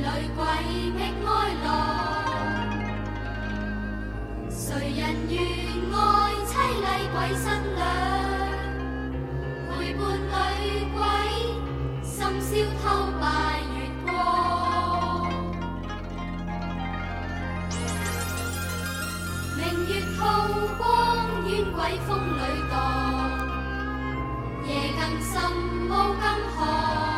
為觅愛郎，誰人願愛凄厲鬼新娘？陪伴女鬼，深宵偷拜月光。明月透光，冤鬼風裏蕩，夜更深，霧更寒。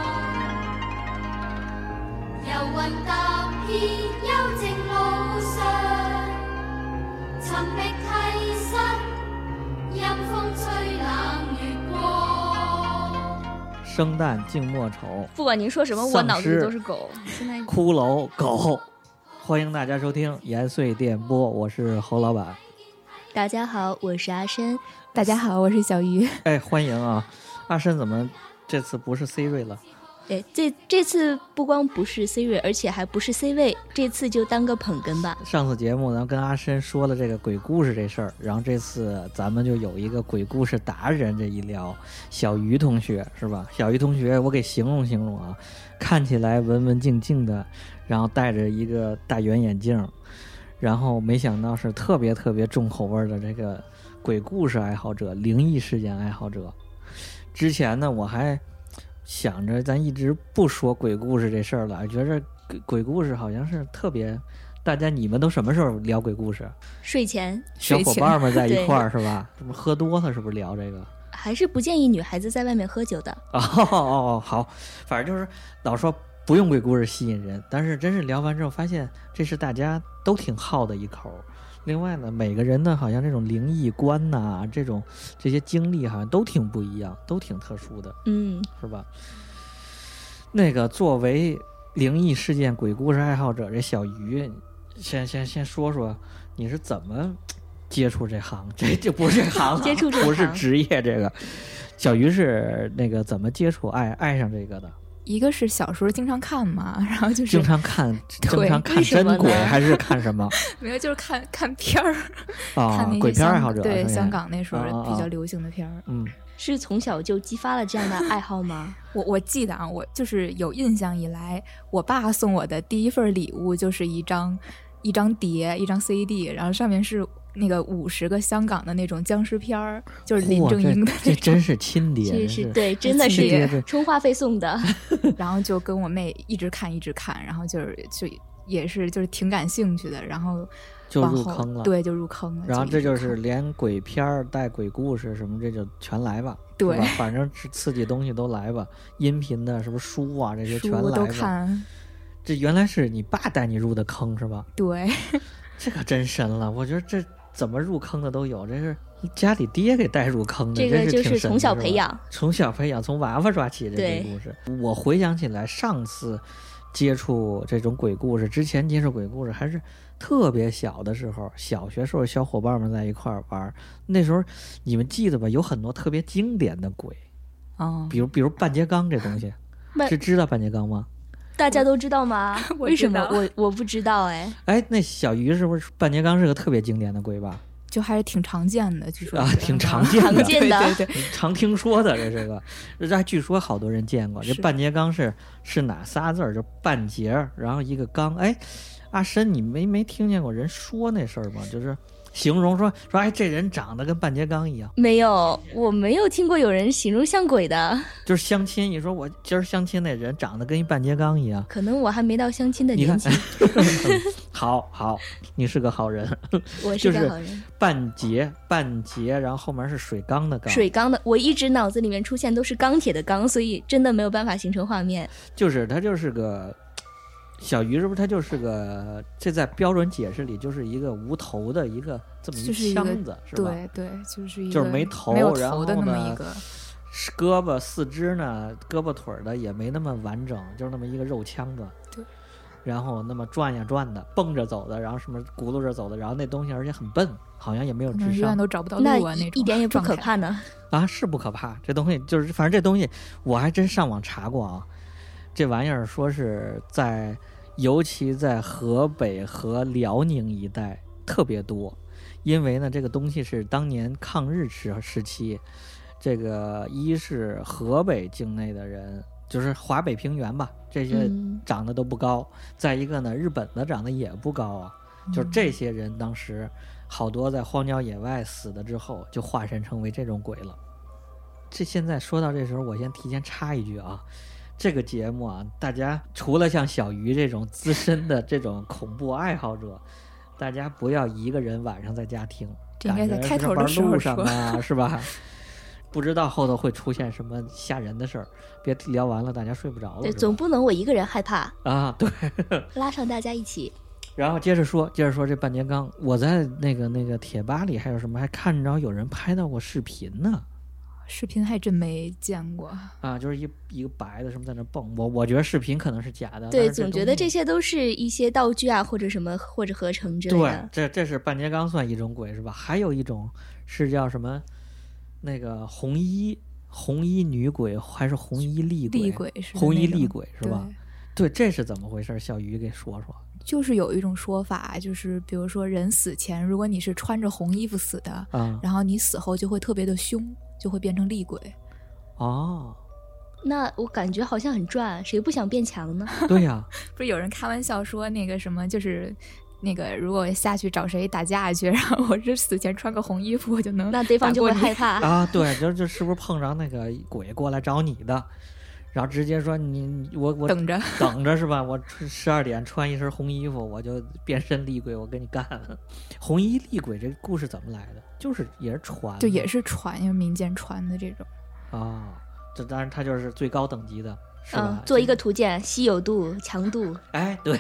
游魂踏遍幽靜路上，尋覓替身，陰風吹冷月光。生旦净末丑，不管您说什么，我丧脑子里尸都是狗。现在骷髅狗。欢迎大家收听延绥电波，我是侯老板。大家好，我是阿深。大家好，我是小鱼。哎，欢迎啊！阿深怎么这次不是 C 位了？对，这这次不光不是 C 位，而且还不是 C 位，这次就当个捧哏吧。上次节目咱跟阿深说了这个鬼故事这事儿，然后这次咱们就有一个鬼故事达人这一聊，小鱼同学是吧？小鱼同学，我给形容形容啊，看起来文文静静的，然后戴着一个大圆眼镜，然后没想到是特别特别重口味儿的这个鬼故事爱好者、灵异事件爱好者。之前呢，我还想着咱一直不说鬼故事这事儿了，觉着鬼鬼故事好像是特别。大家你们都什么时候聊鬼故事？睡前小睡伙前伴们在一块儿是吧？这不喝多了是不是聊这个？ 还是不建议女孩子在外面喝酒的。哦哦哦，好，反正就是老说不用鬼故事吸引人，但是真是聊完之后发现这是大家都挺好的一口。另外呢，每个人呢好像这种灵异观呐、这种这些经历好像都挺不一样，都挺特殊的。嗯，是吧？那个作为灵异事件、鬼故事爱好者，这小鱼，先先先说说你是怎么接触这行？这这不是行 啊，接触这不是行职业这个。小鱼是那个怎么接触爱爱上这个的？一个是小时候经常看嘛，然后就是经常看，经对常看为什真么呢鬼还是看什么 没有就是看看片儿， 看啊那？些鬼片香爱好者对是吧香港那时候啊啊啊比较流行的片儿。嗯，是从小就激发了这样的爱好 吗？我我记得啊，我就是有印象以来，我爸送我的第一份礼物就是一张一张碟，一张 CD，然后上面是那个五十个香港的那种僵尸片儿，就是林哇正这英的这那种真，是亲 爹，这真是是对，真的亲爹这是充话费送的。 然后就跟我妹一直看一直看，然后就是就也是就是挺感兴趣的，然后就往入后坑了对，啊就入坑了。然后一这直就是看连鬼片儿带鬼故事什么，这就全来吧，是对吧？反正是刺激东西都来吧，音频的什么书啊这些全书都来吧。看，这原来是你爸带你入的坑是吧？ 对，这可真深了，我觉得这怎么入坑的都有，这是家里爹给带入坑的，这个真就是挺神的从小吧培养从小培养，从娃娃抓起这对个故事。我回想起来，上次接触这种鬼故事，之前接触鬼故事还是特别小的时候，小学时候小伙伴们在一块儿玩儿，那时候你们记得吧？有很多特别经典的鬼，哦，比如比如半截缸这东 西，半是知道半截缸吗？大家都知道吗？我为什知么道我我不知道？哎，哎，那小鱼是不是半截缸是个特别经典的鬼吧？就还是挺常见的，据说啊是，挺常见的，常见的 对对对， 常听说的这是个，这据说好多人见过。这是半截缸是是哪仨字儿？就半截儿，然后一个缸。哎，阿深，你没没听见过人说那事儿吗？就是形容说说，哎，这人长得跟半截缸一样。没有，我没有听过有人形容像鬼的，就是相亲，你说我今儿相亲那人长得跟一半截缸一样。 可能我还没到相亲的你年看哎纪。，好好，你是个好人。我就是是个好人。半截半截，然后后面是水缸的缸。水缸的，我一直脑子里面出现都是钢铁的钢，所以真的没有办法形成画面。就是它就是个小鱼，是不是？它就是个这在标准解释里就是一个无头的一个这么就是一个箱子，是吧？对对，就是一就是个没没头有然头的后那么呢一个，是胳膊四肢呢，胳膊腿儿的也没那么完整，就是那么一个肉腔子。对。然后那么转呀转的，蹦着走的，然后什么轱辘着走的，然后那东西而且很笨，好像也没有可能智永远商都找不到那路啊一那种，一点 也不可。怕呢。啊，是不可怕。这东西就是，反正这东西我还真上网查过啊，这玩意儿说是在，尤其在河北和辽宁一带特别多，因为呢，这个东西是当年抗日时时期，这个一是河北境内的人就是华北平原吧，这些嗯长得都不高。再一个呢，日本的长得也不高啊。就是这些人当时好多在荒郊野外死了之后，就化身成为这种鬼了。这现在说到这时候，我先提前插一句啊，这个节目啊，大家除了像小鱼这种资深的这种恐怖爱好者，大家不要一个人晚上在家听，这应该在赶着开头的时上班候路上说啊，是 吧？不知道后头会出现什么吓人的事儿，别聊完了大家睡不着了对，是吧。总不能我一个人害怕，啊，对。拉上大家一起。然后接着说，接着说这半截缸，我在那个那个贴吧里还有什么，还看着有人拍到过视频呢。视频还真没见过，啊，就是一一个白的什么在那蹦，我我觉得视频可能是假的。但对，啊是总觉得东这西些都是一些道具啊，或者什么或者合成之类对的，。这这是半截缸算一种鬼是吧？还有一种是叫什么，那个红衣红衣女鬼还是红衣厉鬼？厉鬼是红衣那种厉鬼是吧？对，对这是怎么回事？小鱼给说说。就是有一种说法，就是比如说人死前，如果你是穿着红衣服死的， 啊、然后你死后就会特别的凶，就会变成厉鬼。哦，那我感觉好像很赚，谁不想变 强呢？对呀、不是有人开玩笑说那个什么，就是那个如果下去找谁打架去，然后我是死前穿个红衣服，我就能那对方就会打过害你怕。啊，对，就是就是不是碰着那个鬼过来找你的，然后直接说你你我我等着。等着是吧？我十二点穿一身红衣服，我就变身厉鬼，我跟你干。红衣厉鬼这个故事怎么来的？就是也是传的，就也是传，因为民间传的这种。啊，这当然他就是最高等级的， 是吧？嗯，做一个图鉴，稀有度、强度，哎，对，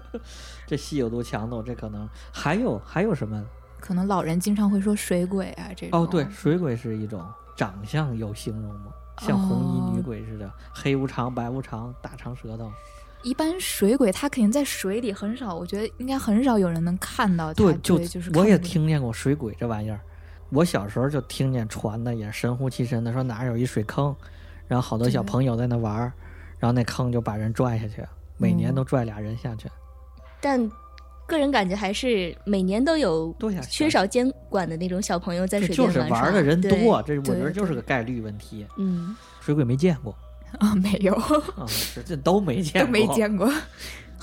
这稀有度强度，这可能还有还有什么？可能老人经常会说水鬼啊这种。哦，对，水鬼是一种长相有形容吗？像红衣女哦鬼似的，黑无常、白无常、大长舌头。一般水鬼他肯定在水里，很少，我觉得应该很少有人能看到他。对，就就就是我也看不听见过水鬼这玩意儿。我小时候就听见传的也神乎其神的，说哪儿有一水坑，然后好多对小朋友在那玩儿，然后那坑就把人拽下去，每年嗯都拽俩人下去。但个人感觉还是每年都有对呀缺少监管的那种小朋友在这水就边是玩耍儿的人对多，这我觉对得就是对个概率问题。嗯，水鬼没见过啊、 没有啊，这这都没见都过，没见过。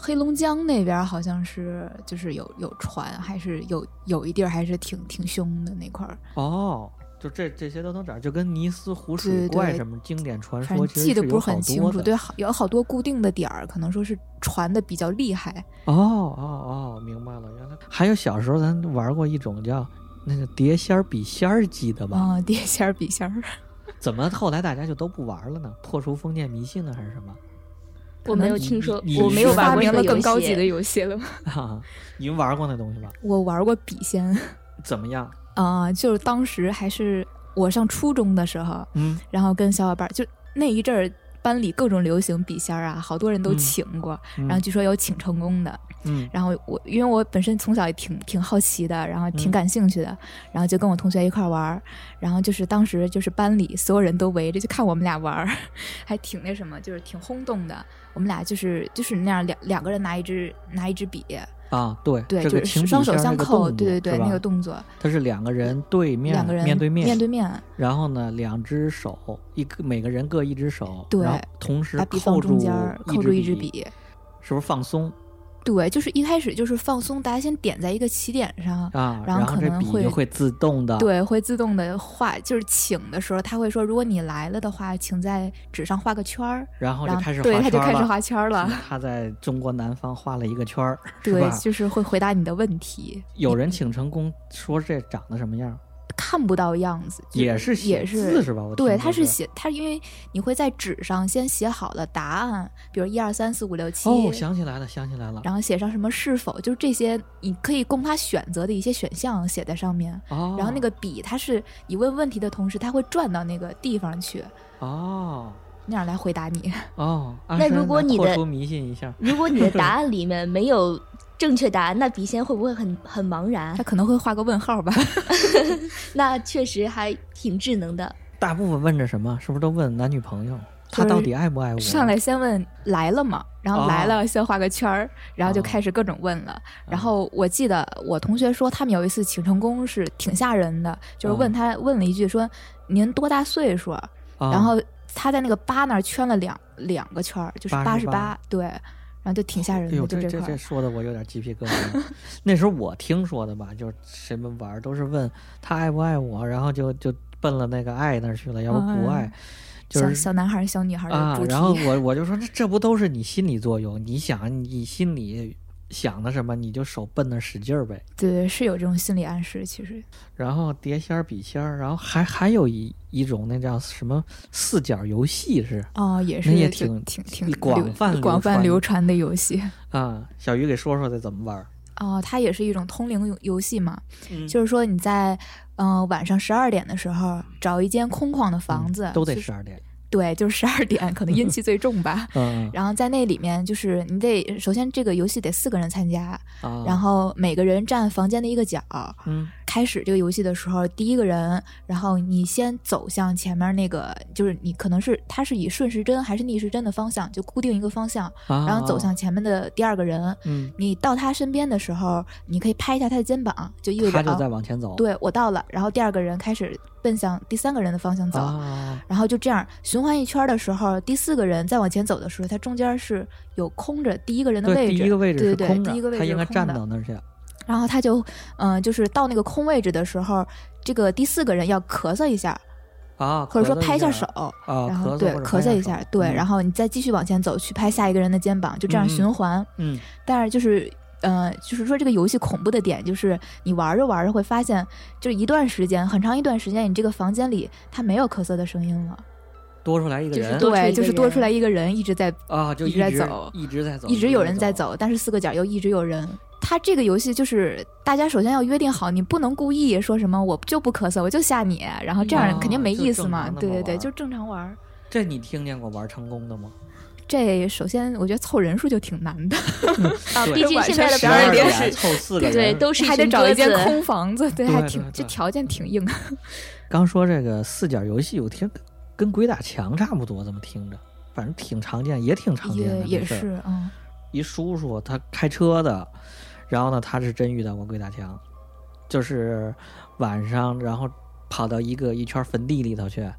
黑龙江那边好像是就是有有船，还是有有一地儿还是挺挺凶的那块儿，哦。就这这些都能找，就跟尼斯湖对水对怪对什么经典传反说，正其实记得是不有是很好清多楚。的对，好有好多固定的点儿，可能说是传的比较厉害。哦哦哦，明白了，原来还有小时候咱玩过一种叫那个碟仙儿笔仙儿，记得吧？啊、碟仙儿、笔仙儿，怎么后来大家就都不玩了呢？破除封建迷信了还是什么？ 我没有听说你，你我是没有玩发过明这个了游更戏 高级的游戏了吗？啊，您玩过那东西吧？我玩过笔仙，怎么样？啊、就是当时还是我上初中的时候，嗯，然后跟小伙伴儿就那一阵儿。班里各种流行笔仙儿啊，好多人都嗯请过，嗯然后据说有请成功的。嗯然后我因为我本身从小也挺挺好奇的，然后挺嗯感兴趣的，然后就跟我同学一块儿玩儿。然后就是当时就是班里所有人都围着，就看我们俩玩儿， 还挺那什么，就是挺轰动的。我们俩就是就是那样两两个人拿一支拿一支笔，啊，对，对，这个就是情双手相扣，对对对，那个动动作，作，它是两个人对面，两个人面对面，面对面，然后呢，两只手，一个每个人各一只手，对然后同时把笔放扣中住间儿，扣住一一支，笔。是不是放松对，就是一开始就是放松，大家先点在一个起点上，啊？然后然后可这能笔会就会自动的对，会自动的画，就是请的时候他会说，如果你来了的话，请在纸上画个圈儿，然后就然后开始对画他就圈儿开始了画圈儿了是，他在中国南方画了一个圈儿，是对吧，就是会回答你的问题，有人请成功说这长得什么样儿，看不到样子，就也是写也字是吧？我对，听他说是写他，因为你会在纸上先写好了答案，比如一二三四五六七，哦，想起来了，想起来了。然后写上什么是否，就是这些你可以供他选择的一些选项写在上面。哦，然后那个笔，它是你问问题的同时，它会转到那个地方去，哦那样来回答你。哦，阿那山如果来你扩的出迷信一下，如果你的答案里面没有正确答案，那笔仙会不会很很茫然它？可能会画个问号 吧？那确实还挺智能的。大部分问着什么？是不是都问男女朋友？他就是到底爱不爱我？上来先问来了吗？然后来了先画个圈儿，然后哦就开始各种问了。嗯然后我记得我同学说，他们有一次请成功是挺吓人的，就是问嗯他问了一句说您多大岁数？啊，然后他在那个八那儿圈了两两个圈儿，就是八十88八，对，然后就挺吓人哎呦，的，就这这块这儿。说的我有点鸡皮疙 瘩。那时候我听说的吧，就是什么玩儿都是问他爱不爱我，然后就就奔了那个爱那儿去了，要不不爱，嗯就小是小男孩儿、小女孩儿的啊主。题，然 后我我就说，这这不都是你心理作用？你想你心里想的什么，你就手奔那儿使劲儿呗。对，是有这种心理暗示，其实然后碟仙儿、笔仙儿，然后还还有一一种那叫什么四角游戏是哦，也那是也就挺挺挺广流泛流广传泛的流传的游戏啊。小鱼给说说这怎么玩儿？哦，它也是一种通灵游游戏嘛，嗯就是说你在嗯、呃晚上十二点的时候找一间空旷的房子，嗯都得就是十二点。对，就是十二点，可能阴气最重吧。 嗯然后在那里面，就是你得首先这个游戏得四个人参加，啊，然后每个人占房间的一个角。嗯开始这个游戏的时候，第一个人，然后你先走向前面那个，就是你可能是它是以顺时针还是逆时针的方向，就固定一个方向，啊，然后走向前面的第二个人。嗯，你到他身边的时候，你可以拍一下他的肩膀，就意味着他就啊在往前走。对我到了。然后第二个人开始奔向第三个人的方向走。啊，然后就这样循环一圈的时候，第四个人再往前走的时候，他中间是有空着第一个人的对，位第置，一个位置对是对空第一个着，位他置是应该空站的到那儿去。然后他就嗯、呃就是到那个空位置的时候，这个第四个人要咳嗽一下，啊，或者说咳嗽拍一下手，啊，然后咳对嗽或者咳拍嗽一下，对，嗯然后你再继续往前走去拍下一个人的肩膀，就这样嗯循环。嗯，但是就是。呃，就是说这个游戏恐怖的点，就是你玩着玩着会发现，就是一段时间，很长一段时间，你这个房间里它没有咳嗽的声音了，多出来一个就是人多出一对，个就是多人出来一个人一直在啊，就一一直在直走一直在走，一直有人在走。走，但是四个角又一直有人。它这个游戏就是大家首先要约定好，你不能故意说什么我就不咳嗽，我就吓你，然后这哦啊样肯定没意思嘛。就正常地对对玩对，儿就正常玩儿。这你听见过玩成功的吗？这首先我觉得凑人数就挺难的，啊，对毕竟晚现上在的十表二演点都来是。凑四个对对，人，都是还得群找一鸽间子空房子，对，对还对挺对这条件挺硬。刚说这个四角游戏，我听跟鬼打墙差不多，这么听着，反正挺常见，也挺常见也的。也这事儿是，嗯，一叔叔，他开车的，然后呢，他是真遇到过鬼打墙，就是晚上，然后跑到一个一圈坟地里头去。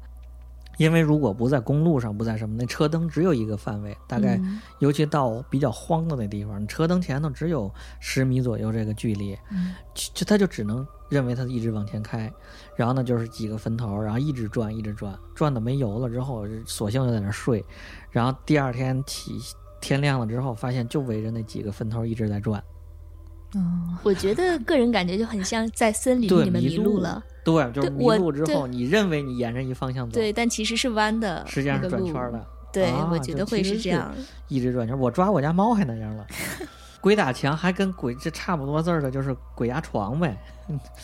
因为如果不在公路上，不在什么，那车灯只有一个范围，大概嗯尤其到比较荒的那地方，车灯前头只有十米左右这个距离，嗯就就他就只能认为他一直往前开，然后呢就是几个坟头，然后一直转一直转，转的没油了之后，索性就在那儿睡，然后第二天起天亮了之后，发现就围着那几个坟头一直在转，嗯我觉得个人感觉就很像在森林对里面迷迷路路了，对，就是对迷我路之对后，你认为你沿着一方向走，对，但其实是弯的，实际上是转圈儿的。，对，啊我觉就得会其实这是样。一直转圈儿。我抓我家猫还那样了， 鬼打墙还跟鬼这差不多字儿的，就是鬼压床呗，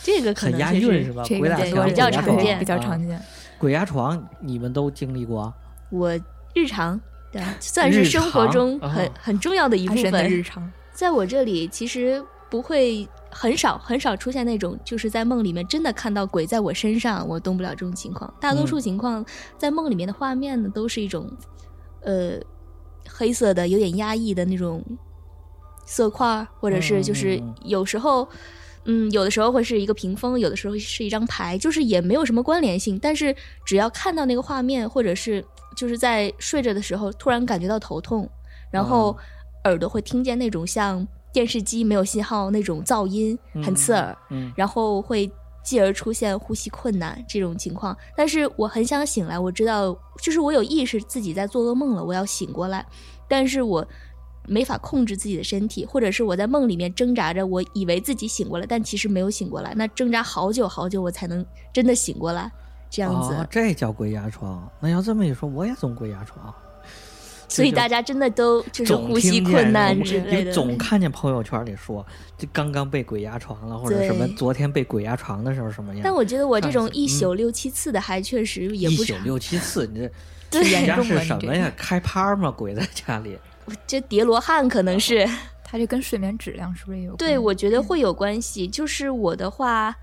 这个可很能押就韵是是吧？这鬼个打对墙比较鬼压常床见比较常啊见。鬼压床，你们都经历过？我日常对吧，算是日生活常中哦很、很重要的一阿部神的分。日常，在我这里，其实不会很少很少出现那种就是在梦里面真的看到鬼在我身上，我动不了这种情况。大多数嗯情况，在梦里面的画面呢，都是一种呃黑色的、有点压抑的那种色块儿，或者是就是嗯嗯嗯有时候。嗯，有的时候会是一个屏风，有的时候是一张牌，就是也没有什么关联性。但是只要看到那个画面，或者是就是在睡着的时候突然感觉到头痛，然哦后耳朵会听见那种像电视机没有信号那种噪音，很刺耳，嗯，然后会继而出现呼吸困难这哦种情况。但是我很想醒来，我知道就是我有意识自己在做噩梦了，我要醒过来，但是我。没法控制自己的身体，或者是我在梦里面挣扎着，我以为自己醒过来，但其实没有醒过来。那挣扎好久好久，我才能真的醒过来，这这样子。哦，这叫鬼压床。那要这么一说，我也总鬼压床，所以就大家真的都就是总呼吸听见困难人之类的。就总看见朋友圈里说，就刚刚被鬼压床了，或者什么对昨天被鬼压床的时候什么样。但我觉得我这上种次一宿嗯六七次的，还确实也一不宿长，六七次，你这 对你严家 重是了你什这么呀？开趴吗？鬼在家里？这叠罗汉可能是。它这跟睡眠质量是不是也有关系？对，我觉嗯得会有关系。就是我的话，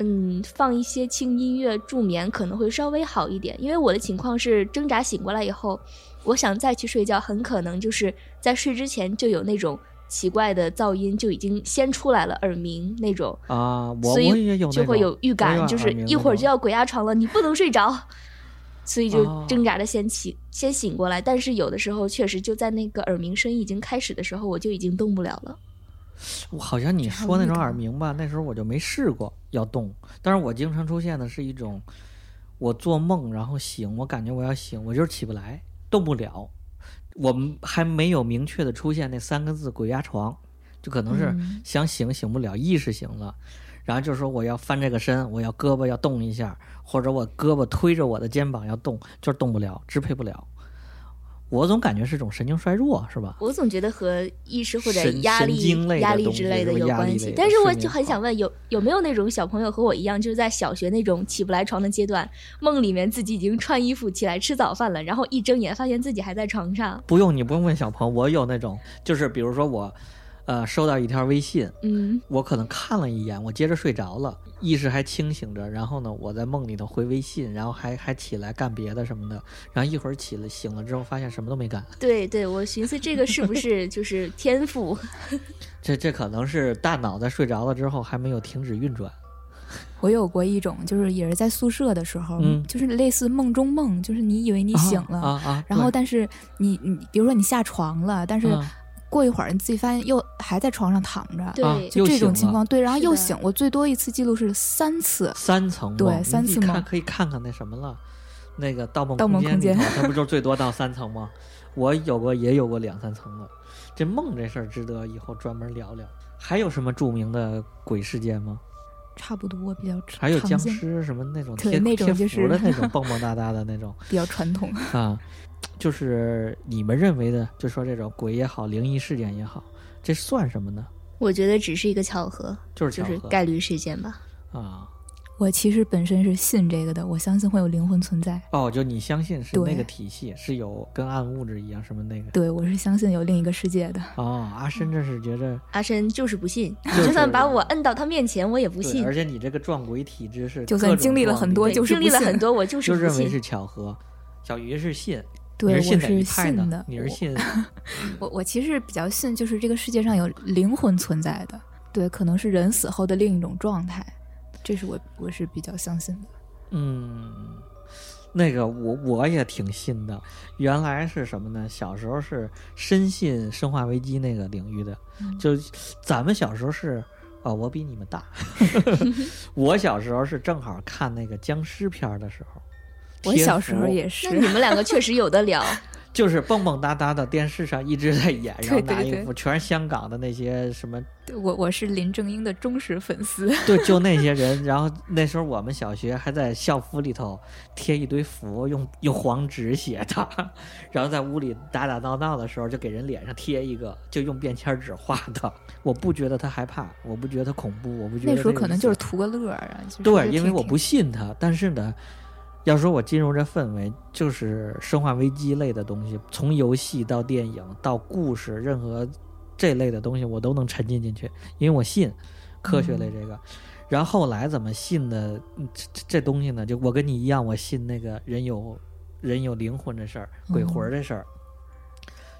嗯，放一些轻音乐助眠可能会稍微好一点，因为我的情况是挣扎醒过来以后，我想再去睡觉，很可能就是在睡之前就有那种奇怪的噪音就已经先出来了，耳鸣那种。啊，我所我也以有那就会种有我预也感，有就是耳鸣一会儿那就种要鬼压床了，你不能睡着。 所以就哦挣扎着先起、先醒过来。但是有的时候确实就在那个耳鸣声已经开始的时候，我就已经动不了了。我好像你还有说那那种种耳鸣吧，那时候我就没试过要动，但是我经常出现的是一种，我做梦然后醒，我感觉我要醒，我就是起不来，动不了。我们还没有明确的出现那三个字“鬼压床”，就可能是嗯想醒醒不了，意识醒了，然后就说我要翻这个身，我要胳膊要动一下，或者我胳膊推着我的肩膀要动，就是动不了，支配不了。我总感觉是种神经衰弱，是吧？我总觉得和意识或者神压力神经类的压力东西之类的是吧有压力关类系的。但是睡我眠就很好想问，有有没有那种小朋友和我一样，就是在小学那种起不来床的阶段，梦里面自己已经穿衣服起来吃早饭了，然后一睁眼发现自己还在床上？不用，你不用问小鹏，我有那种，就是比如说我，呃，收到一条微信，嗯，我可能看了一眼，我接着睡着了，意识还清醒着，然后呢，我在梦里头回微信，然后还还起来干别的什么的，然后一会儿起了醒了之后，发现什么都没干， 对对，我寻思这个是不是就是天赋？ 这这可能是大脑在睡着了之后还没有停止运转，我有过一种，就是也是在宿舍的时候，嗯就是类似梦中梦，就是你以为你啊醒了，啊啊，然后对但是你你比如说你下床了，但是嗯过一会儿你自己发现又还在床上躺着，对啊就又这醒种情了况，对，然后是又的醒。我最多一次记录是三次，三层梦，对你三你次看梦可以看看那什么了，那个《盗梦盗梦空间》间里头，它不就最多到三层吗？ 我有过，也有过两三层的。这梦这事儿值得以后专门聊聊。还有什么著名的鬼事件吗？差不多比较常还有常僵见尸什么那种对贴那种贴就符的是那种蹦蹦哒哒的那 种比较传统。啊，就是你们认为的，就说这种鬼也好，灵异事件也好，这算什么呢？我觉得只是一个巧合，就是就巧是合概率事件吧。啊。我其实本身是信这个的，我相信会有灵魂存在。哦，就你相信是对那个体系是有跟暗物质一样什么那个对，我是相信有另一个世界的。哦，阿嗯深这是觉着阿深就是不信，是就算把我摁到他面前，我也不对信而。且你这个撞鬼体质是就算各种经历了撞很多你对就是经历不了信很多，我就是就不认为信。是巧合。小鱼是信，对，你我信哪一是派信呢的？。你是我 信我我其实比较信，就是这个世界上有灵魂存在的。对，可能是人死后的另一种状态，这是我我是比较相信的。嗯，那个我我也挺信的。原来是什么呢？小时候是深信《生化危机》那个领域的，嗯就咱们小时候是啊、我比你们 大。 我小时候是正好看那个僵尸片儿的时候，我贴小时候符也那是你，们两个确实有的 聊，就是蹦蹦哒哒的，电视上一直在演，然后对拿对一对副全是香港的那些什么，对我我是林正英的忠实粉丝。对，就那些人。然后那时候我们小学还在校服里头贴一堆符，用用黄纸写的，然后在屋里打打闹闹的时候就给人脸上贴一个，就用便签纸画的。我不觉得他害怕，我不觉得恐怖，我不觉得那时候它有可能就是意思图个乐儿啊。就是对，就因为挺我不信他，但是呢。要说我进入这氛围，就是《生化危机》类的东西，从游戏到电影到故事，任何这类的东西我都能沉浸进去，因为我信科学嗯类这个。然后后来怎么信的嗯这这这东西呢？就我跟你一样，我信那个人有人有灵魂这事儿，鬼魂儿这事嗯儿，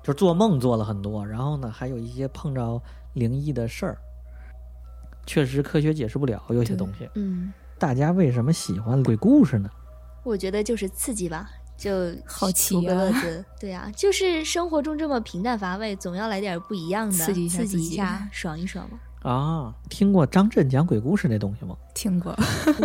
就做梦做了很多，然后呢，还有一些碰着灵异的事儿，确实科学解释不了有些对东西。嗯，大家为什么喜欢鬼故事呢？我觉得就是刺激吧，就好奇图个啊乐子。 对啊，就是生活中这么平淡乏味，总要来点不一样的，刺激一下刺激自一己 下，爽一爽嘛。啊，听过张震讲鬼故事那东西吗？听过，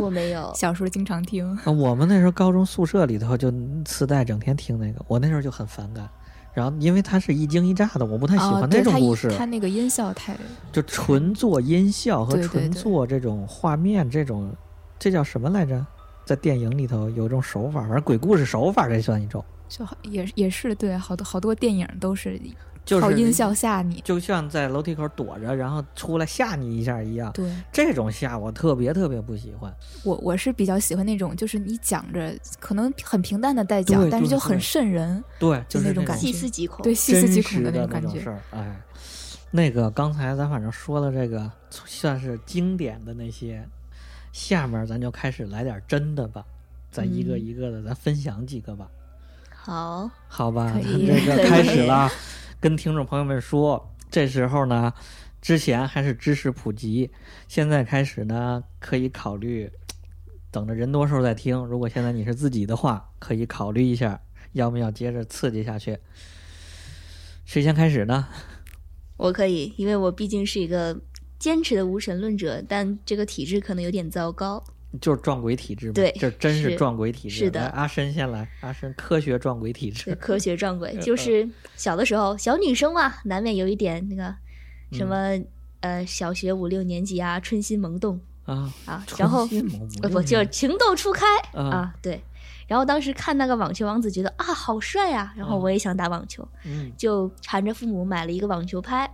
我没 有，小时候经常听。 啊，我们那时候高中宿舍里头就磁带整天听那个，我那时候就很反感。然后，因为它是一惊一乍的，我不太喜哦欢对那种它一故事，它那个音效太就纯做音效和对对纯对做这种画面，这种这叫什么来着？在电影里头有一种手法，反正鬼故事手法这算一种，就好也也是对，好多好多电影都是就是靠音效，吓你。就像在楼梯口躲着，然后出来吓你一下一样。对这种吓我特别特别不喜欢。我我是比较喜欢那种，就是你讲着可能很平淡的在讲对，但是对就很对瘆人，对，就就是那种感觉细思极恐。对，细真思实的极恐那那种感种觉事。儿。哎，那个刚才咱反正说了这个算是经典的那些，下面咱就开始来点真的吧，咱一个嗯一个的咱分享几个吧，好，好吧？可 以这可个以开始 了，跟听众朋友们说，这时候呢。之前还是知识普及，现在开始呢，可以考虑等着人多时候再听。如果现在你是自己的话，可以考虑一下，要不要接着刺激下去。谁先开始呢？我可以，因为我毕竟是一个坚持的无神论者，但这个体质可能有点糟糕。就是撞鬼体质嘛， 对这真是是撞鬼体质。是的来阿申先来，阿申科学撞鬼体对，质，科学撞鬼就是小的时候，小女生嘛，难免有一点那个什么、呃，小学五六年级啊，春心萌动啊，啊，然后春心萌呃动不就是情窦初开啊啊，对。然后当时看那个网球王子，觉得啊好帅啊，然后嗯我也想打网球，嗯就缠着父母买了一个网球拍，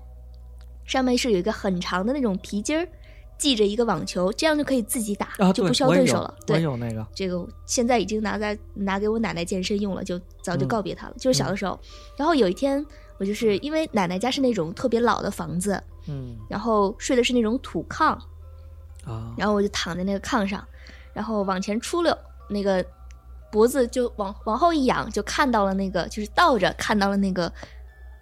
上面是有一个很长的那种皮筋儿，系着一个网球，这样就可以自己打，啊，就对不需要我也对有手了。我对，有那个，这个现在已经拿在拿给我奶奶健身用了，就早就嗯告别她了。就是小的时候，然后有一天我就是因为奶奶家是那种特别老的房子，嗯然后睡的是那种土炕，啊，然后我就躺在那个炕上，然后往前出溜，那个脖子就往往后一仰，就看到了那个就是倒着看到了那个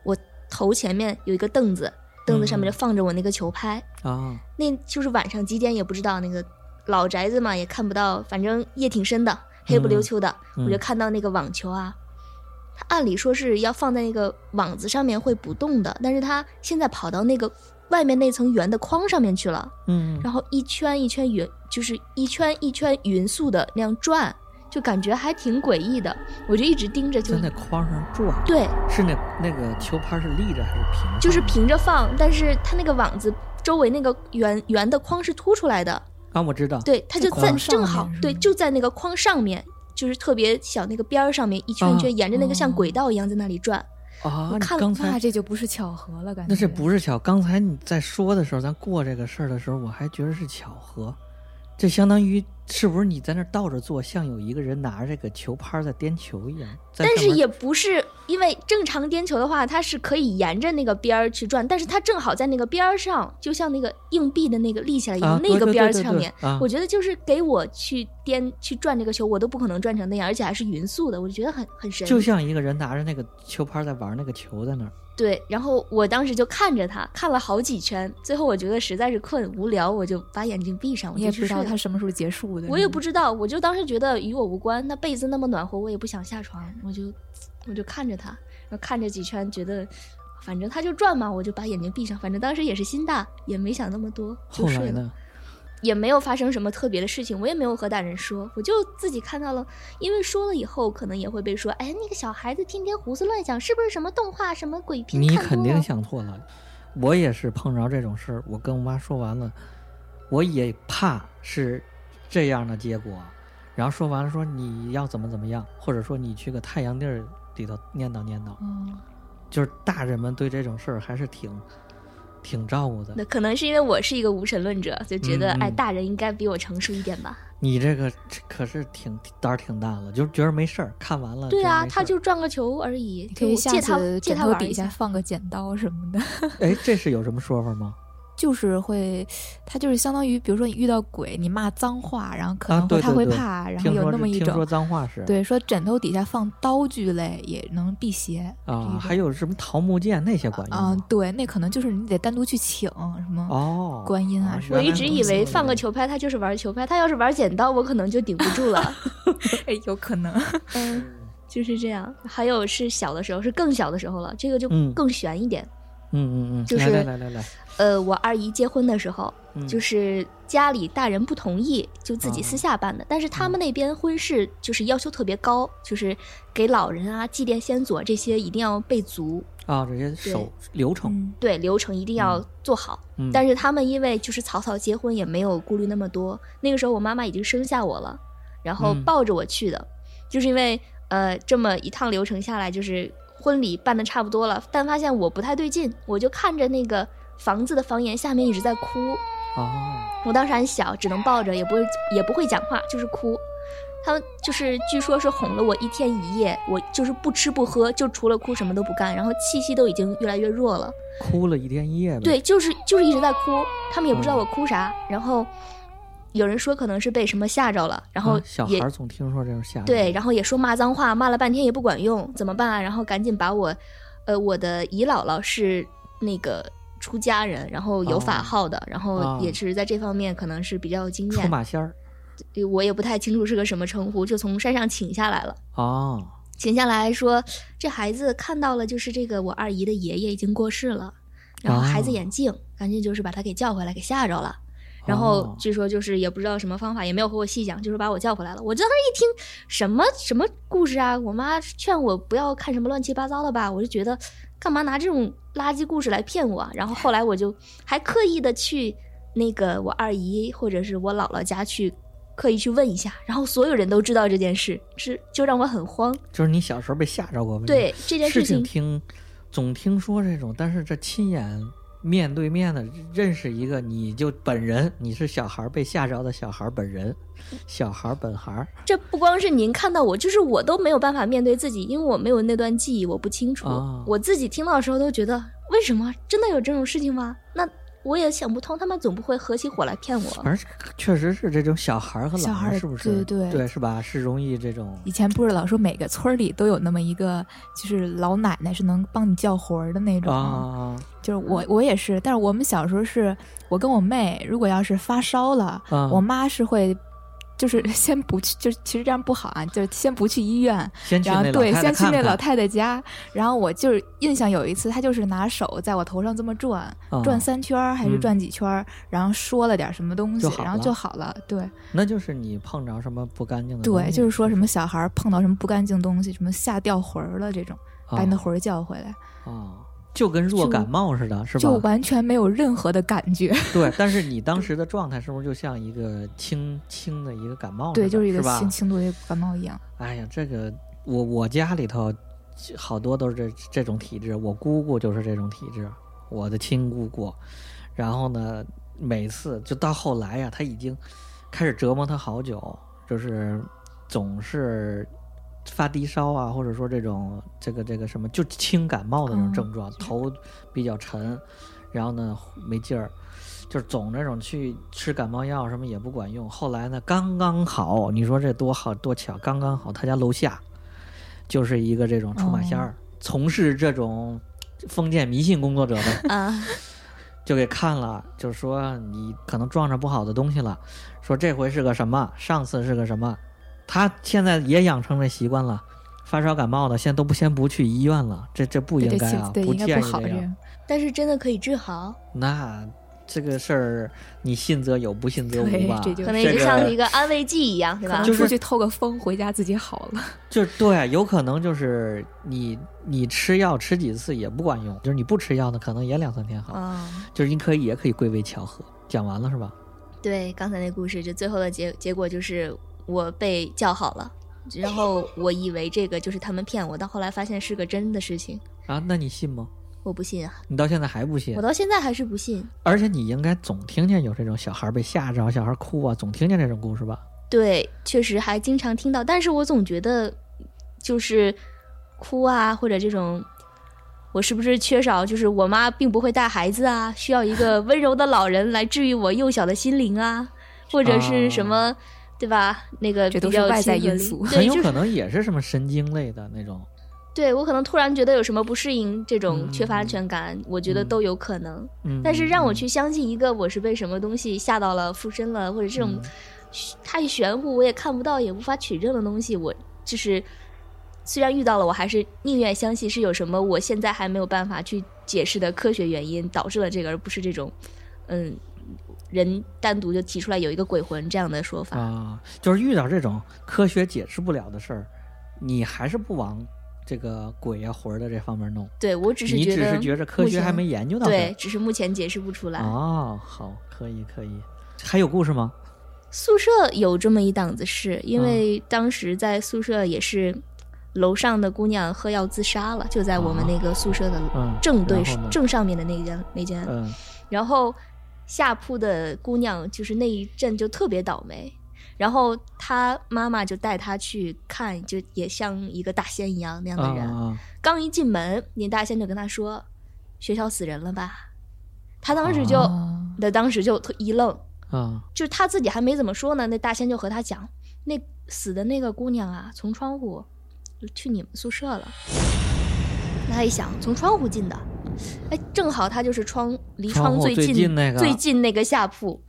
我头前面有一个凳子，凳子嗯上面就放着我那个球拍。啊，那就是晚上几点也不知道，那个老宅子嘛也看不到，反正夜挺深的，黑不溜秋的，嗯我就看到那个网球啊，它按理说是要放在那个网子上面会不动的，但是它现在跑到那个外面那层圆的框上面去了，嗯，然后一圈一圈匀，就是一圈一圈匀速的那样转，就感觉还挺诡异的，我就一直盯着就在。那框上转，对，是那那个球拍是立着还是平？就是，平着放，但是它那个网子周围那个圆圆的框是凸出来的，啊，我知道，对，它在就在框上正好面是对，吗就在那个框上面，就是特别小那个边儿上面一圈一啊圈沿着那个像哦轨道一样在那里转。啊，我你看了刚那才这就不是巧合了，感觉那这不是巧，刚才你在说的时候，咱过这个事儿的时候，我还觉得是巧合，这相当于是不是你在那儿倒着坐，像有一个人拿着这个球拍在颠球一样？在但上是面也不是因为正常颠球的话，它是可以沿着那个边儿去转，但是它正好在那个边儿上，就像那个硬币的那个立起来一样，啊那对个对边儿对对上对面。啊我觉得就是给我去颠去转这个球，我都不可能转成那样，而且还是匀速的，我就觉得很很神。就像一个人拿着那个球拍在玩那个球在那儿。对，然后我当时就看着它，看了好几圈，最后我觉得实在是困无聊，我就把眼睛闭上，我你就也去不知道睡了它什么时候结束的，我也不知道，我就当时觉得与我无关。那被子那么暖和，我也不想下床，我就我就看着它，然后看着几圈，觉得反正它就转嘛，我就把眼睛闭上。反正当时也是心大，也没想那么多，就后睡来了，呢？也没有发生什么特别的事情，我也没有和大人说，我就自己看到了。因为说了以后，可能也会被说，哎，那个小孩子天天胡思乱想，是不是什么动画、什么鬼片你看多了？肯定想错了。我也是碰着这种事儿，我跟我妈说完了，我也怕是这样的结果。然后说完了说你要怎么怎么样，或者说你去个太阳地儿里头念叨念叨，嗯，就是大人们对这种事儿还是挺挺照顾的。那可能是因为我是一个无神论者，就觉得、嗯嗯哎，大人应该比我成熟一点吧。你这个可是挺胆儿挺大了，就是觉得没事儿，看完了对嗯觉啊，得没事儿他就转个球而已你，可就以我下借他次借枕他头玩底一下下。放个剪刀什么的。 哎，这是有什么说法吗？就是会，他就是相当于，比如说你遇到鬼，你骂脏话，然后可啊能会对他对会对怕，然后听有说那是么一听说种，脏话是对，说枕头底下放刀具类也能辟邪啊，还有有什么桃木剑那些管用啊吗？，对，那可能就是你得单独去请什么，哦，观音哦啊什我么原一来直如以此为放个球拍，他就是玩球拍；他要是玩剪刀，我可能就顶不住了。 哎，有可能，嗯，就是这样。还有是小的时候，是更小的时候了，这个就嗯更悬一点。嗯嗯嗯，就来来是来来来，呃，我二姨结婚的时候，嗯就是家里大人不同意，就自己私下办嗯的。但是他们那边婚事就是要求特别高，就是给老人啊、祭奠先祖啊这些一定要备足，啊，这些手流程，嗯，对流程一定要嗯做好。嗯，但是是他们因为就是草草结婚，也没有顾虑那么多。那个时候我妈妈已经生下我了，然后嗯抱着我去的，就是因为呃这么一趟流程下来，就是婚礼办的差不多了，但发现我不太对劲，我就看着那个房子的房檐下面一直在哭。哦，我当时还小，只能抱着，也不会也不会讲话，就是哭。他们就是据说是哄了我一天一夜，我就是不吃不喝，就除了哭什么都不干，然后气息都已经越来越弱了。哭了一天一夜呗，对，就是就是一直在哭，他们也不嗯知道我哭啥。然后有人说可能是被什么吓着了，然啊，后小也、孩儿总听说这种吓人，对，然后也说骂脏话，骂了半天也不管用，怎么办啊？然后赶紧把我，呃，我的姨姥姥是那个出家人，然后有法哦号的，然后哦也是在这方面可能是比较有经出验。马仙儿，我也不太清楚是个什么称呼，就从山上请下来了。哦，请下来说，这孩子看到了，就是这个我二姨的爷爷已经过世了，然后孩子眼镜，赶紧就是把他给叫回来，给吓着了。然后哦据说就是也不知道什么方法，也没有和我细讲，就是把我叫回来了。我当时一听什么什么故事啊，我妈劝我不要看什么乱七八糟的吧，我就觉得干嘛拿这种垃圾故事来骗我啊？然后后来我就还刻意的去那个我二姨或者是我姥姥家去刻意去问一下，然后所有人都知道这件事，是就让我很慌。就是你小时候被吓着过吗？对这件事事情听总听说这种，但是这亲眼面对面的认识一个，你就本人，你是小孩儿被吓着的小孩儿本人，小孩儿本孩儿这不光是您看到我，就是我都没有办法面对自己，因为我没有那段记忆，我不清楚。啊我自己听到的时候都觉得，为什么真的有这种事情吗？那我也想不通，他们总不会合起伙来骗我。反正确实是这种小孩儿和小老孩儿人是不是？对对是吧？是容易这种以前不是老说每个村儿里都有那么一个，就是老奶奶是能帮你叫魂儿的那种吗，啊就是我我也是，但是我们小时候是我跟我妹，如果要是发烧了，啊！我妈是会。就是 先不去，就是其实这样不好啊，就是先不去医院，先去然后那老对，太太先去看那看老太太家，然后我就是印象有一次，她就是拿手在我头上这么转，啊转三圈儿还是嗯转几圈儿，然后说了点什么东西就好，然后了就好了。对那就是你碰着什么不干净的东西，对，就是说什不么小孩儿碰到什么不干净东西，什么吓掉魂儿了这种，把哦你的魂儿叫回来，啊啊，就跟弱就感冒似的，是吧？就完全没有任何的感觉。对，但是 你当时的状态是不是就像一个轻轻的一个感哦冒似的？对，就是一个吧轻？轻度的感冒一样。哎呀，这个我我家里头好多都是这这种体质，我姑姑就是这种体质，我的亲姑姑。然后呢，每次就到后来呀，她已经开始折磨她好久，就是总是发低烧啊，或者说这种这个这个什么，就轻感冒的那种症状，头比较沉，然后呢没劲儿。就是总那种去吃感冒药什么也不管用，后来呢刚刚好，你说这多好多巧，刚刚好，他家楼下就是一个这种出马仙哦儿，从事这种封建迷信工作者的，啊， 就给看了，就说你可能撞上不好的东西了，说这回是个什么，上次是个什么，他现在也养成这习惯了，发烧感冒的现在都不先不去医院了，这这不对应对该啊，对，应该建不议好这这样。样。但是真的可以治好，那这个事儿你信则有，不信则无对吧，这就可能这也就个像一个安慰剂一样，对可吧能？就是出去透个风，回家自己好了。就是对，有可能就是你你吃药吃几次也不管用，就是你不吃药呢，可能也两三天好，啊，就是你可以也可以归为巧合。讲完了是吧？对，刚才那故事，就最后的结结果就是我被叫好了，然后我以为这个就是他们骗我，但后来发现是个真的事情，啊，那你信吗？我不信啊，你到现在还不信我？到现在还是不信。而且你应该总听见有这种小孩被吓着、小孩哭啊，总听见这种故事吧？对，确实还经常听到，但是我总觉得就是哭啊，或者这种，我是不是缺少？就是我妈并不会带孩子啊，需要一个温柔的老人来治愈我幼小的心灵啊，或者是什么，对吧？那个啊这比都是较外在亲和因力素很对，有就是可能也是什么神经类的那种。对我可能突然觉得有什么不适应，这种缺乏安嗯全感，我觉得嗯都有可能。嗯，但是让我嗯去相信一个我是被什么东西吓到了、附身了，或者这种嗯太玄乎，我也看不到、也无法取证的东西，我就是虽然遇到了，我还是宁愿相信是有什么我现在还没有办法去解释的科学原因导致了这个，而不是这种嗯人单独就提出来有一个鬼魂这样的说法。啊，就是遇到这种科学解释不了的事儿，你还是不往这个鬼呀、魂儿的这方面弄。对我只是你觉只得是觉着科目学还前没研究到这对儿，只是目前解释不出来。哦，好，可以可以，还有故事吗？宿舍有这么一档子事，嗯因为当时在宿舍也是楼上的姑娘喝药自杀了，就在我们那个宿舍的嗯正对、然后呢正上面的那间那间，嗯，然后下铺的姑娘就是那一阵就特别倒霉。然后她妈妈就带她去看，就也像一个大仙一样那样啊的人。啊刚一进门，那大仙就跟她说：“学校死人了吧？”她当时就，哦她当时就特一愣，啊啊就是他自己还没怎么说呢，那大仙就和他讲，那死的那个姑娘啊，从窗户去你们宿舍了。那他一想，从窗户进的，哎，正好他就是窗离窗户最最近近那个最近那个下铺。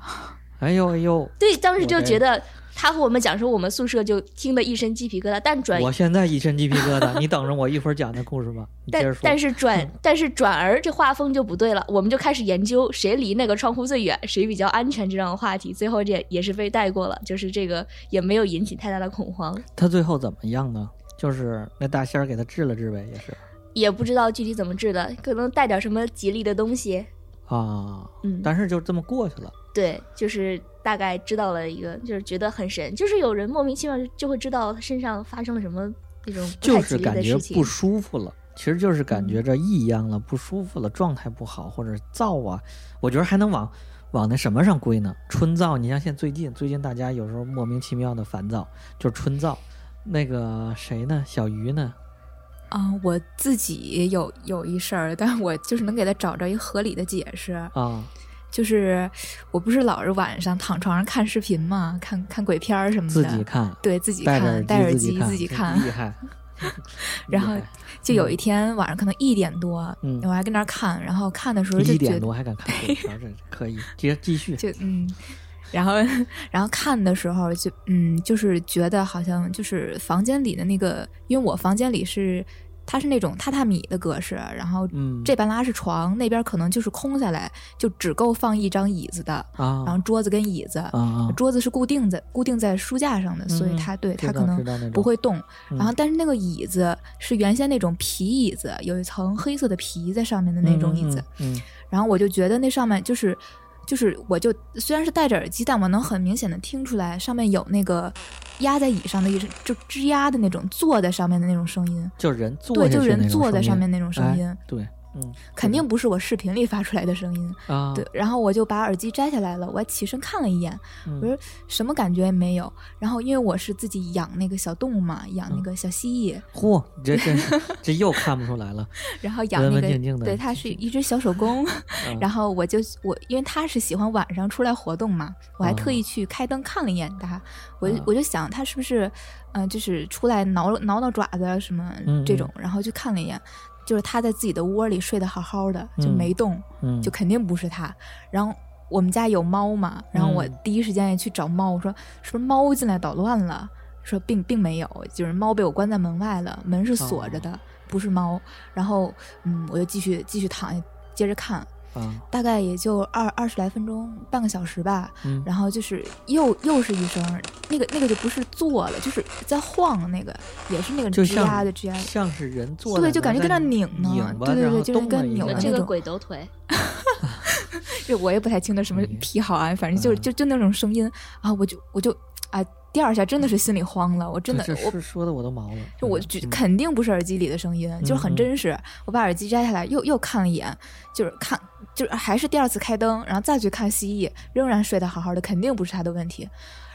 哎呦哎呦，对，当时我就这觉得他和我们讲说，我们宿舍就听得一身鸡皮疙瘩，但转我现在一身鸡皮疙 瘩，你等着我一会儿讲那故事吧。你接着但说。但 是转但是转而这画风就不对了，我们就开始研究谁离那个窗户最远，谁比较安全这样的话题，最后这也是被带过了，就是这个也没有引起太大的恐慌，他最后怎么样呢？就是那大仙儿给他治了治呗，也是也不知道具体怎么治的，可能带点什么吉利的东西，啊，嗯，但是就这么过去了。对，就是大概知道了一个，就是觉得很神，就是有人莫名其妙就就会知道他身上发生了什么那种不就太是吉利感的觉事情嗯不，舒服了，其实就是感觉这异样了，不舒服了，状态不好或者燥啊，我觉得还能往往那什么上归呢？春燥，你像现在最近最近大家有时候莫名其妙的烦躁，就是春燥。那个谁呢？小鱼呢？啊、我自己有有一事儿，但我就是能给他找着一个合理的解释。啊，就是我不是老是晚上躺床上看视频嘛，看看鬼片儿什么的，自己看，对嗯自己戴看，戴耳耳机机自自己己看，厉 害。然后厉害就有一天晚上可能一点多，嗯我还跟那儿看，然后看的时候就一觉点得多还敢看鬼片儿，这可以接继续。就嗯，然后然后看的时候就嗯，就是觉得好像就是房间里的那个，因为我房间里是它是那种榻榻米的格式，然后嗯这半拉是床，那边可能就是空下来，就只够放一张椅子的，啊然后桌子跟椅子。啊啊，桌子是固定在固定在书架上的，所以嗯它对知它可道能知道那不种会动。嗯然后，但是那个椅子是原先那种皮椅子，有一层黑色的皮在上面的那种椅子。，嗯嗯嗯然后我就觉得那上面就是就是，我就虽然是戴着耳机，但我能很明显的听出来上面有那个压在椅上的一声，就吱呀的那种坐在上面的那种声音。就人坐对，下就去那种人坐在声上音面那种声哎音，对，嗯，肯定不是我视频里发出来的声音。啊，对，然后我就把耳机摘下来了，我还起身看了一眼，嗯，我说什么感觉也没有。然后因为我是自己养那个小动物嘛，养那嗯个小蜥蜴，嚯，你这真是这又看不出来了，然后养文那文个，静静的对，它是一只小手工。 嗯然后我就我，因为它是喜欢晚上出来活动嘛，我还特哦意去开灯看了一眼它，我就啊我就想它是不是，嗯、就是出来挠挠挠爪子啊什么嗯这嗯种，然后就看了一眼。就是它在自己的窝里睡得好好的，就嗯没动，嗯，就肯定不是它。然后我们家有猫嘛，然后我嗯第一时间也去找猫，我说是不是猫进来捣乱了？说并并没有，就是猫被我关在门外了，门是哦锁着的，不是猫。然后嗯，我就继续继续躺下接着看，啊，大概也就二二十来分钟，半个小时吧。嗯然后就是又又是一声，那个那个就不是坐了，就是在晃，那个也是那个就吱像呀的吱呀的。像是人坐在那儿在，对就感觉跟那拧呢拧巴，对对然对后就是动跟了一扭下的这那个种鬼抖腿，这我也不太清楚什么嗯癖好啊，反正就是就就那种声音啊，我就我就啊，第二下真的是心里慌了，我真的这我是说的我都毛了，嗯就我觉就肯定不是耳机里的声音，就是嗯很真实。我把耳机摘下来，又又看了一眼，就是看，就是还是第二次开灯，然后再去看蜥蜴，仍然睡得好好的，肯定不是他的问题。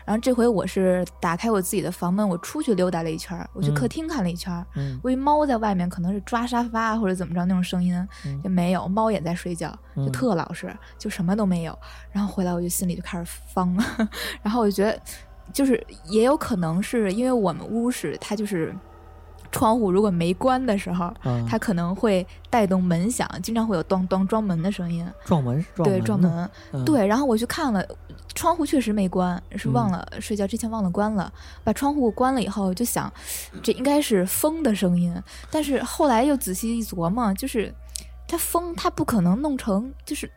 然后这回我是打开我自己的房门，我出去溜达了一圈儿，我去嗯客厅看了一圈儿，嗯我以为猫在外面可能是抓沙发啊或者怎么着那种声音嗯，就没有，猫也在睡觉，就嗯特老实，就什么都没有。然后回来我就心里就开始慌， 然后我就觉得就是也有可能是因为我们屋是它就是窗户如果没关的时候。啊，它可能会带动门响，经常会有咚咚撞门的声音，撞门是撞对，撞门呢，门，嗯，对。然后我去看了，窗户确实没关，是嗯忘了睡觉之前忘了关了。把窗户关了以后，就想这应该是风的声音，但是后来又仔细一琢磨，就是它风它不可能弄成就是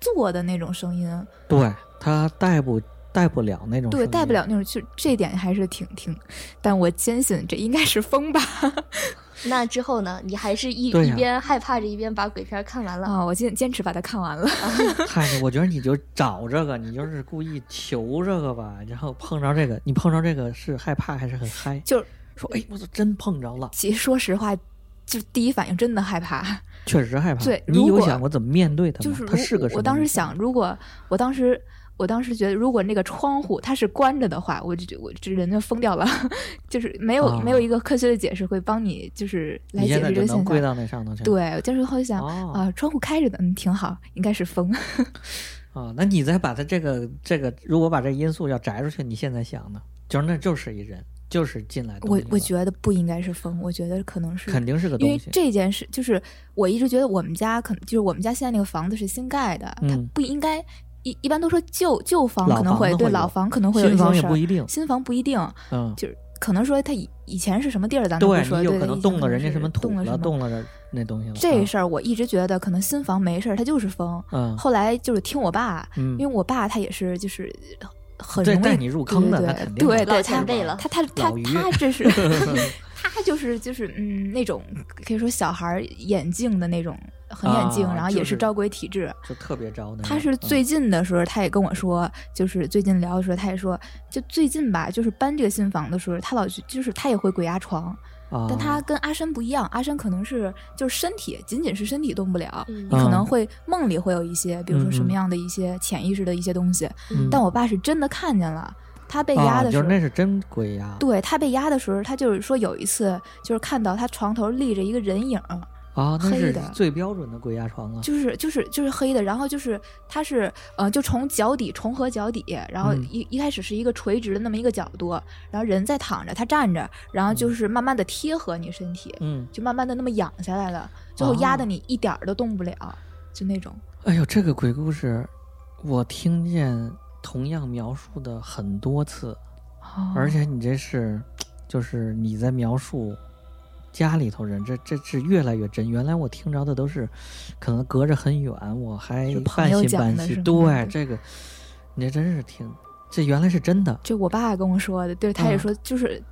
做的那种声音，对，它带不带不了那种，对，带不。了那种，就这点还是挺挺，但我坚信这应该是风吧。 那之后呢，你还是一、对呀一边害怕着一边把鬼片看完了。啊、我坚坚持把它看完了。 嗨，我觉得你就找这个，你就是故意求这个吧，然后碰着这个，你碰着这个是害怕还是很嗨？就说，哎，我操，真碰着了，其实说实话，就第一反应真的害怕。确实害怕。对你如有果想过怎么面对它就吗是？它是如个什么？我当时想，，如果我当时我当时觉得，如果那个窗户它是关着的话，我就觉我这人就疯掉了， 就是没有、啊没有一个科学的解释会帮你就是来你解现在释这就个能现归象。到那上头去。对，我就是后想啊、哦窗户开着的，嗯，挺好，应该是风。啊，那你再把它这个这个，如果把这因素要摘出去，你现在想呢，就是那就是一人，就是进来东我西我了觉得不应该是风，我觉得可能是肯定是个因东为西。这件事，就是我一直觉得我们家可能就是我们家现在那个房子是新盖的，它嗯不应该。一一般都说旧旧房老可能房会子对会老有房可能会有一新些房也事不儿，一定，新房不一定，嗯，就是可能说他以以前是什么地儿，咱都不对说，你有对可它以能前动了可能人家是什么土动了什了，么动了人那东西了，这啊事儿我一直觉得可能新房没事儿，它就是风。嗯后来就是听我爸，嗯，因为我爸他也是就是很这容易带你入坑的，对那对肯定对的对老他前辈了他他他老于他这 是他就是就是嗯那种可以说小孩儿眼镜的那种很眼镜，啊然后就也是是招鬼体质。就特别招那种。嗯他是最近的时候，他也跟我说，就是最近聊的时候，他也说，就最近吧，就是搬这个新房的时候，他老去就是他也会鬼压床，嗯，但他啊跟阿山不一样，阿山可能是就是身体，仅仅是身体动不了，嗯你可嗯能会梦里会有一些，比如说什嗯嗯么样的一些潜意识的一些东西。嗯但我爸是真的看见了，他被啊压的时就候，是那是真鬼压，对他被压的时候，他就是说有一次就是看到他床头立着一个人影儿，啊，那黑是的最标准的鬼压床啊，就是就是就是黑的，然后就是他是呃，就从脚底重合脚底，然后嗯一、一开始是一个垂直的那么一个角度，然后人在躺着，他站着，然后就是慢慢的贴合你身体，嗯，就慢慢的那么仰下来了，最后压哦得你一点儿都动不了，就那种。哎呦，这个鬼故事我听见同样描述的很多次，嗯而且你这是就是你在描述。家里头人，这这是越来越真。原来我听着的都是，可能隔着很远，我还是朋半友信讲半的疑是。吗对这个，你这真是挺，这原来是真的。就我爸跟我说的，对，他也嗯说就是。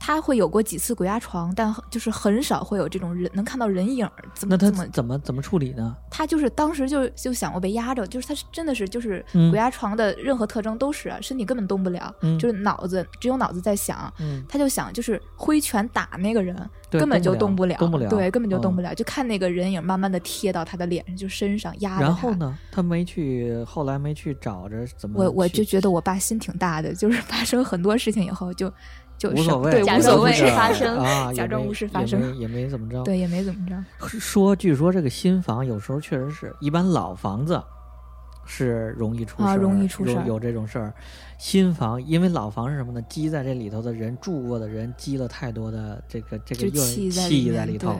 他会有过几次鬼压床，但就是很少会有这种人能看到人影儿。怎那么他怎么？嗯怎么怎么处理呢？他就是当时就就想过被压着，就是他是真的是就是嗯鬼压床的任何特征都是、啊身体根本动不了，嗯就是脑子只有脑子在想。嗯，他就想就是挥拳打那个人，对根本就动不动不了了，动不了对，根本就动嗯不了，就看那个人影慢慢的贴到他的脸上，就身上压着然后他？呢？他没去，后来没去找着怎么去？我我就觉得我爸心挺大的，就是发生很多事情以后就就无什所么谓，嗯对，假无装所无谓事发生啊，假也装没无事发生也没也没怎么着。，对，也没怎么着。说据说这个新房有时候确实是一般老房子。是容易出事儿、啊容易出事有儿有这种事儿。新房，因为老房是什么呢？积在这里头的人，住过的人，积了太多的这个这个就怨气在气里在面里头对。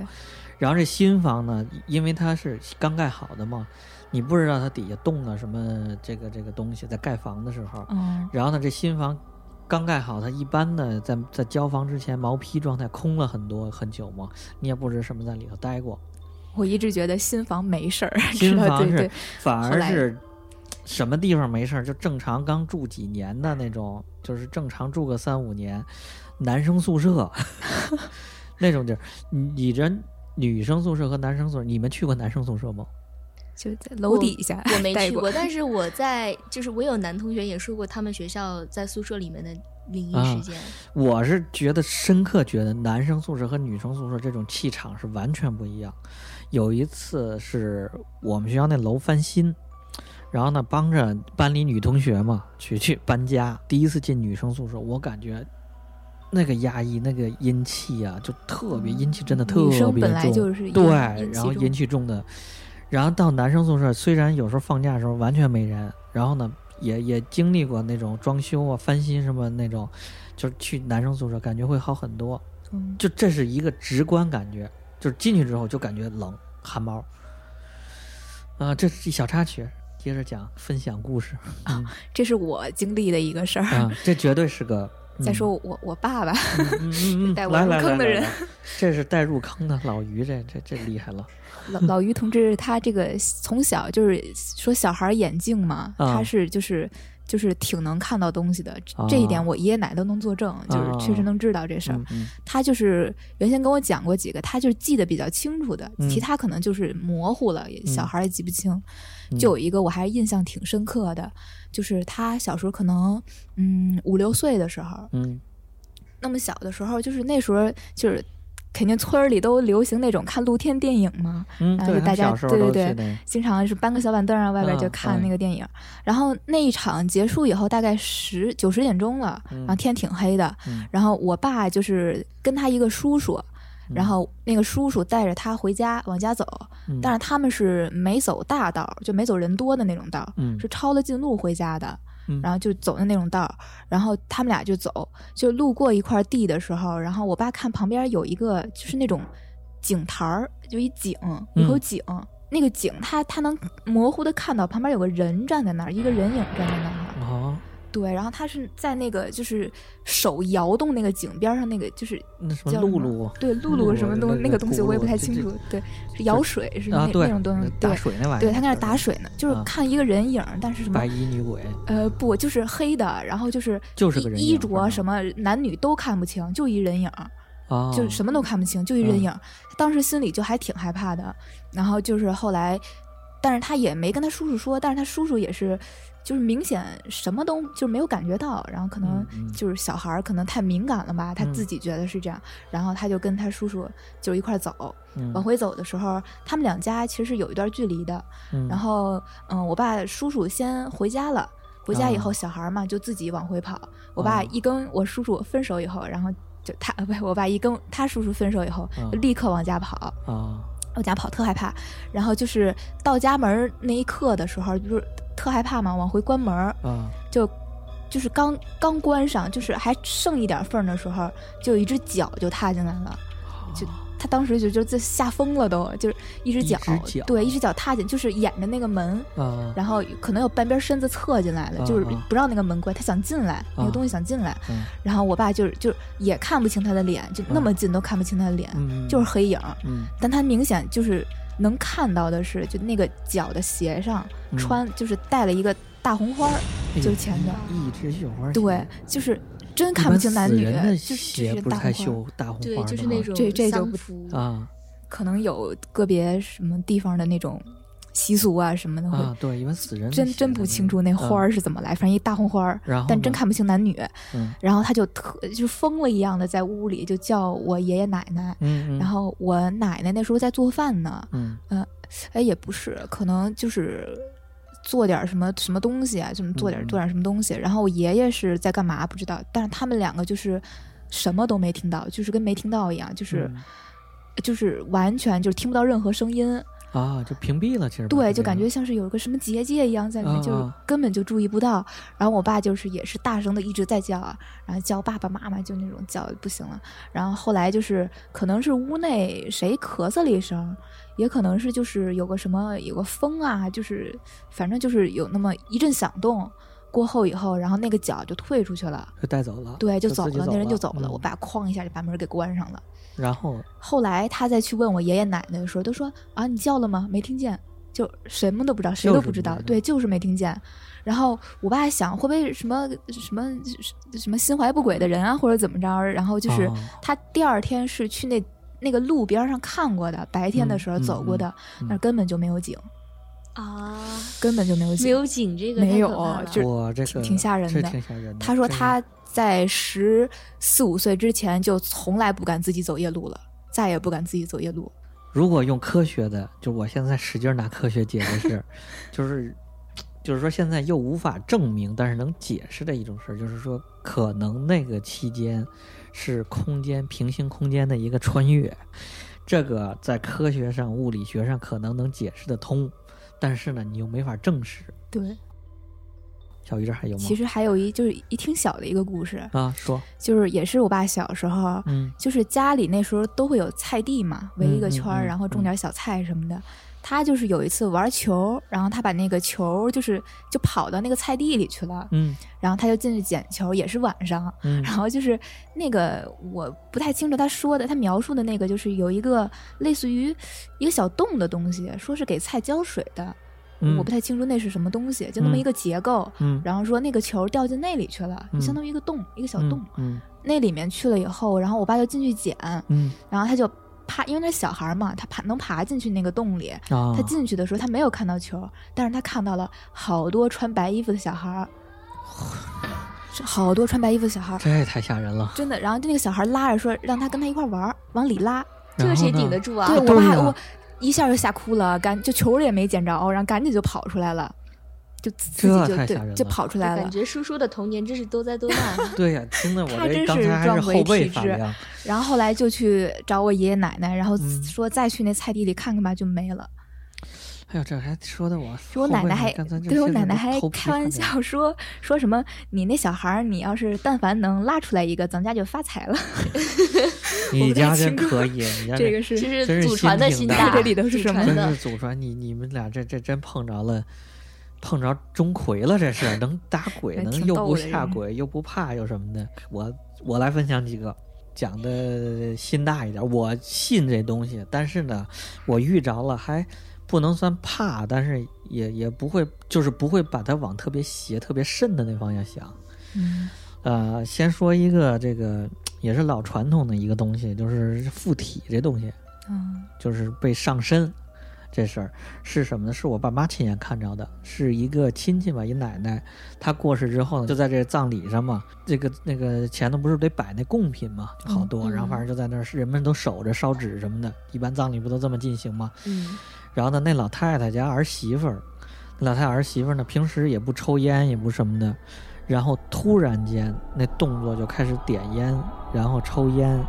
然后这新房呢，因为它是刚盖好的嘛，你不知道它底下动了什么这个这个东西，在盖房的时候，嗯，然后呢，这新房刚盖好，它一般呢在在交房之前毛坯状态空了很多很久嘛，你也不知什么在里头待过。我一直觉得新房没事 儿，新知道房对是对，反后而来是什么地方没事儿，就正常刚住几年的那种，就是正常住个三五年，男生宿 舍那种地儿，你你人女生宿舍和男生宿舍，你们去过男生宿舍吗？就在楼我底下我没 待去哦过过，但是我在就是我有男同学也说过他们学校在宿舍里面的灵异啊事件，我是觉得深刻觉得男生宿舍和女生宿舍这种气场是完全不一样。有一次是我们学校那楼翻新，然后呢帮着班里女同学嘛去去搬家，第一次进女生宿舍，我感觉。那个压抑，那个阴气啊，就特别阴气，真的特女别重。生本来就是阴对，阴气然后重阴气重的，然后到男生宿舍，虽然有时候放假的时候完全没人，然后呢，也也经历过那种装修啊、翻新什么那种，就是去男生宿舍感觉会好很多。嗯就这是一个直观感觉，就是进去之后就感觉冷、汗毛。啊、这是一小插曲，接着讲分享故事这是我经历的一个事儿。啊、这绝对是个。嗯 再说我我爸爸，嗯嗯嗯 带嗯我来入来坑来的来人来这是带入坑的老于，这这这厉害了。老老于同志，他这个从小就是说小孩儿眼镜嘛，啊他是就是就是挺能看到东西的，这这一啊点我爷爷奶奶都能作证， 就是啊确实能知道这事儿嗯。嗯他就是原先跟我讲过几个，他就是记得比较清楚的，嗯其他可能就是模糊了，也小嗯孩儿也记不清。嗯就有一个我还印象挺深刻的，就是他小时候可能嗯五六岁的时候，嗯那么小的时候，就是那时候就是肯定村儿里都流行那种看露天电影嘛，嗯，然后对，啊他就大们家小时候对都对去对那个经常是搬个小板凳儿啊，外边就嗯看嗯那个电影。然后那一场结束以后，大概十九十点钟了，嗯然后天挺黑的。嗯然后我爸就是跟他一个叔叔，然后那个叔叔带着他回家往家走，嗯但是他们是没走大道儿，就没走人多的那种道儿，嗯是抄了近路回家的。嗯然后就走的那种道儿，然后他们俩就走，就路过一块地的时候，然后我爸看旁边有一个就是那种井台儿，就一井，一口嗯井，那个景，他他能模糊的看到旁边有个人站在那儿，一个人影站在那儿。哦，对，然后他是在那个就是手摇动那个井边上那个就是那什么叫露露对露露露什么那东个那个东西咕噜我也不太这清这楚，对，是舀水是那啊，对那种东西，打对水那玩意儿，对，他在那儿打水呢，就是啊看一个人影儿，但是什么白衣女鬼，呃不就是黑的，然后就是就是衣个人影衣儿啊是吗着什么男女都看不清，就一人影儿。哦，就是什么都看不清，就一嗯人影儿。当时心里就还挺害怕的，然后就是后来，但是他也没跟他叔叔说，但是他叔叔也是，就是明显什么都就是没有感觉到，然后可能嗯嗯就是小孩儿可能太敏感了吧，他嗯自己觉得是这样，然后他就跟他叔叔就一块儿走，嗯往回走的时候，他们两家其实有一段距离的，嗯然后，嗯，我爸叔叔先回家了，回家以后啊小孩儿嘛就自己往回跑。我爸啊一跟我叔叔分手以后，然后就他呃不是，我爸一跟他叔叔分手以后，啊就立刻往家跑，啊，往家跑特害怕。然后就是到家门儿那一刻的时候，就是特害怕嘛，往回关门儿啊，就。就是刚刚关上，就是还剩一点缝儿的时候，就有一只脚就踏进来啊了。就他当时就就就吓疯了都，就是一只一脚，只脚对，一只脚踏进，就是掩着那个门，啊，然后可能有半边身子侧进来了，就是啊啊不让那个门关，他想进来，那啊个东西想进来。嗯然后我爸就是就也看不清他的脸，就那么近都看不清他的脸，嗯，就是黑影儿。嗯但他明显就是能看到的是，就那个脚的鞋上嗯穿、就是带了一个大红花儿，哎就呦前边儿。一只绣花鞋，对，就是真嗯一看不般清男死女，人就的是鞋就是不是大太红花儿绣大红对花，儿就的是那吗种这这就丧不服啊可能有个别什么地方的那种习俗啊什么的会啊，对，一般死人的真鞋真它不那清个楚那花，啊儿是怎么来，反正一大红花儿然后，但呢真看不清男女。嗯然后他就特就疯了一样的在屋里就叫我爷爷奶奶，嗯，嗯然后我奶奶那时候在做饭呢，嗯哎也不是，可能就是做点什么什么东西啊，这么做点嗯嗯做点什么东西。然后我爷爷是在干嘛不知道，但是他们两个就是什么都没听到，就是跟没听到一样，就是嗯就是完全就是听不到任何声音。啊，就屏蔽了，其实对，就感觉像是有一个什么结界一样在里面，啊就是啊根本就注意不到。然后我爸就是也是大声的一直在叫，啊然后叫爸爸妈妈就那种叫不行了。然后后来就是可能是屋内谁咳嗽了一声，也可能是就是有个什么有个风啊，就是反正就是有那么一阵响动。过后以后，然后那个脚就退出去了，就带走了，对，就自走己了，那人就走了。嗯我爸哐一下就把门给关上了。然后后来他再去问我爷爷奶奶的时候，都说啊，你叫了吗？没听见，就什么都不知道，谁就是都不知道，不知道对，就是没听见。然后我爸想会不会什么什么什么心怀不轨的人啊，或者怎么着？然后就是哦他第二天是去那那个路边上看过的，白天的时候嗯嗯走过的，嗯那根本就没有井，啊，根本就没有井，没有井这个没太可有哦怕了就我这个挺吓人这的挺吓人的。他说这个他在十四五岁之前就从来不敢自己走夜路了，再也不敢自己走夜路。如果用科学的，就我现在使劲拿科学解释 是，就是就是说现在又无法证明，但是能解释的一种事儿，就是说可能那个期间是空间平行空间的一个穿越，这个在科学上、物理学上可能能解释得通，但是呢，你又没法证实。对，小鱼这儿还有吗？其实还有一就是一挺小的一个故事，啊，说，就是也是我爸小时候，嗯就是家里那时候都会有菜地嘛，围一个圈嗯儿，嗯嗯然后种点小菜什么的。他就是有一次玩球，然后他把那个球就是就跑到那个菜地里去了，嗯然后他就进去捡球，也是晚上。嗯然后就是那个我不太清楚他说的，他描述的那个就是有一个类似于一个小洞的东西，说是给菜浇水的，嗯我不太清楚那是什么东西，就那么嗯一个结构。嗯，然后说那个球掉进那里去了，嗯相当于一个洞，一个小嗯洞，嗯那里面去了以后，然后我爸就进去捡， 嗯然后他就爬，因为那小孩儿嘛，他爬能爬进去那个洞里。啊，他进去的时候，他没有看到球，但是他看到了好多穿白衣服的小孩儿，是好多穿白衣服的小孩儿，这也太吓人了，真的。然后就那个小孩儿拉着说，让他跟他一块儿玩儿，往里拉。这个然后谁呢顶得住啊对？我对爸，呀我一下就吓哭了，赶就球儿也没捡着，然后赶紧就跑出来了，就自己这就太吓人对就了。跑出来了感。觉叔叔的童年真是多灾多难 对呀、听得我他这真刚是才还是撞后鬼背体发质凉。然后后来就去找我爷爷奶奶，然后嗯说再去那菜地里看看吧，就没了。哎呦，这还说的我就我后奶背奶上还刚才这对我现在奶奶都还头皮开玩发凉笑 说说什么你那小孩儿，你要是但凡能拉出来一个，咱们家就发财了。我你不太家真清楚可 以，你家这个是这真是是祖传的心心挺大，大这里头是祖什么传真的是祖传你你们俩这这真碰着了，碰着钟馗了，这 是能打鬼，还能挺又逗不的吓人鬼又不怕又什么的。我我来分享几个，讲的心大一点。我信这东西，但是呢，我遇着了还不能算怕，但是也也不会就是不会把它往特别邪、特别慎的那方向想。嗯呃，先说一个这个也是老传统的一个东西，就是附体这东西。嗯就是被上身这事儿是什么呢？是我爸妈亲眼看着的，是一个亲戚吧，一奶奶，她过世之后呢，就在这葬礼上嘛，这个那个前头不是得摆那贡品嘛，就好多，嗯嗯然后反正就在那儿，人们都守着烧纸什么的，一般葬礼不都这么进行吗？嗯，然后呢，那老太太家儿媳妇儿，那老太太儿媳妇儿呢，平时也不抽烟，也不什么的，然后突然间那动作就开始点烟，然后抽烟，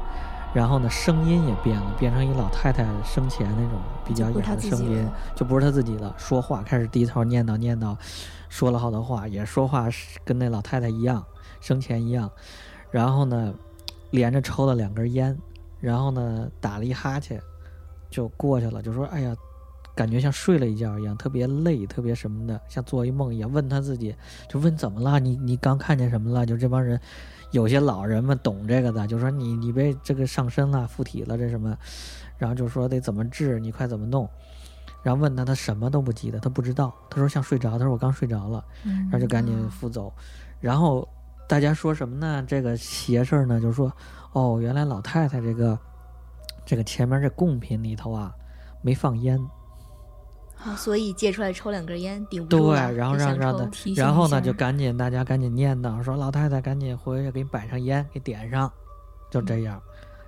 然后呢声音也变了，变成一老太太生前那种比较就不是哑她的自己声音了，就不是她自己了，说话开始低头念叨念叨，说了好多话，也说话是跟那老太太一样，生前一样，然后呢，连着抽了两根烟，然后呢打了一哈欠，就过去了，就说哎呀。感觉像睡了一觉一样，特别累，特别什么的，像做一梦一样。问他自己，就问怎么了？你你刚看见什么了？就这帮人，有些老人们懂这个的，就说你你被这个上身了，附体了，这什么？然后就说得怎么治，你快怎么弄？然后问他，他什么都不记得，他不知道。他说像睡着，他说我刚睡着了，嗯然后就赶紧扶走。然后大家说什么呢？这个邪事儿呢，就说哦，原来老太太这个这个前面这贡品里头啊没放烟，啊所以借出来抽两根烟顶不对啊住了，，然后就让想让抽他提，醒然一后呢下就赶紧大家赶紧念叨说老太太赶紧回去给你摆上烟，给点上，就嗯这样，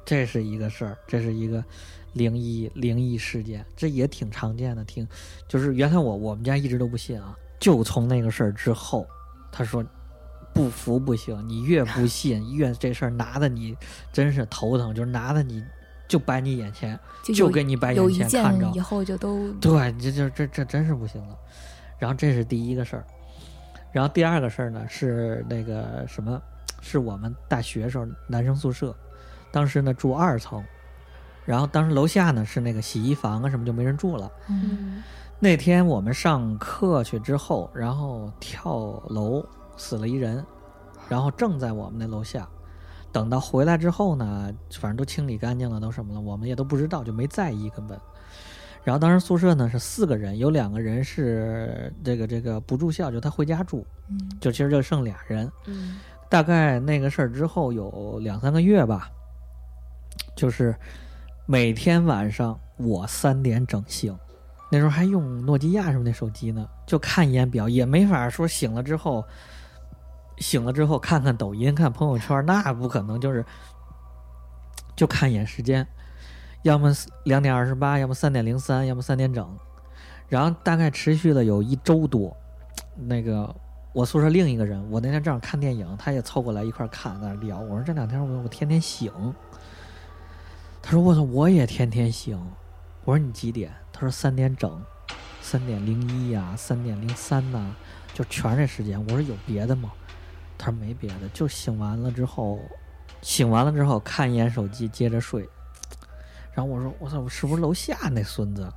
这是一个事儿，这是一个灵异灵异事件，这也挺常见的，挺就是原来我我们家一直都不信啊，就从那个事儿之后，他说不服不行，你越 不信越这事儿拿的你真是头疼，就是拿的你就摆你眼前，就有给你摆有眼前一件看着，以后就都对，这这这这真是不行了。然后这是第一个事儿，然后第二个事儿呢是那个什么，是我们大学时候男生宿舍，当时呢住二层，然后当时楼下呢是那个洗衣房啊什么就没人住了。嗯嗯那天我们上课去之后，然后跳楼死了一人，然后正在我们那楼下。等到回来之后呢，反正都清理干净了，都什么了，我们也都不知道，就没在意根本。然后当时宿舍呢是四个人，有两个人是这个这个不住校，就他回家住，嗯就其实就剩俩人。嗯大概那个事儿之后有两三个月吧，就是每天晚上我三点整醒，那时候还用诺基亚什么的手机呢，就看一眼表，也没法说醒了之后，醒了之后看看抖音、看朋友圈，那不可能，就是就看一眼时间，要么两点二十八，要么三点零三，要么三点整，然后大概持续了有一周多，那个我宿舍另一个人，我那天正好看电影，他也凑过来一块儿看，在那儿聊。我说这两天我我天天醒。他说我操，我也天天醒。我说你几点？他说三点整，三点零一呀，三点零三呐，就全这时间。我说有别的吗？他说没别的，就醒完了之后，醒完了之后看一眼手机，接着睡。然后我说我操，我是不是楼下那孙子？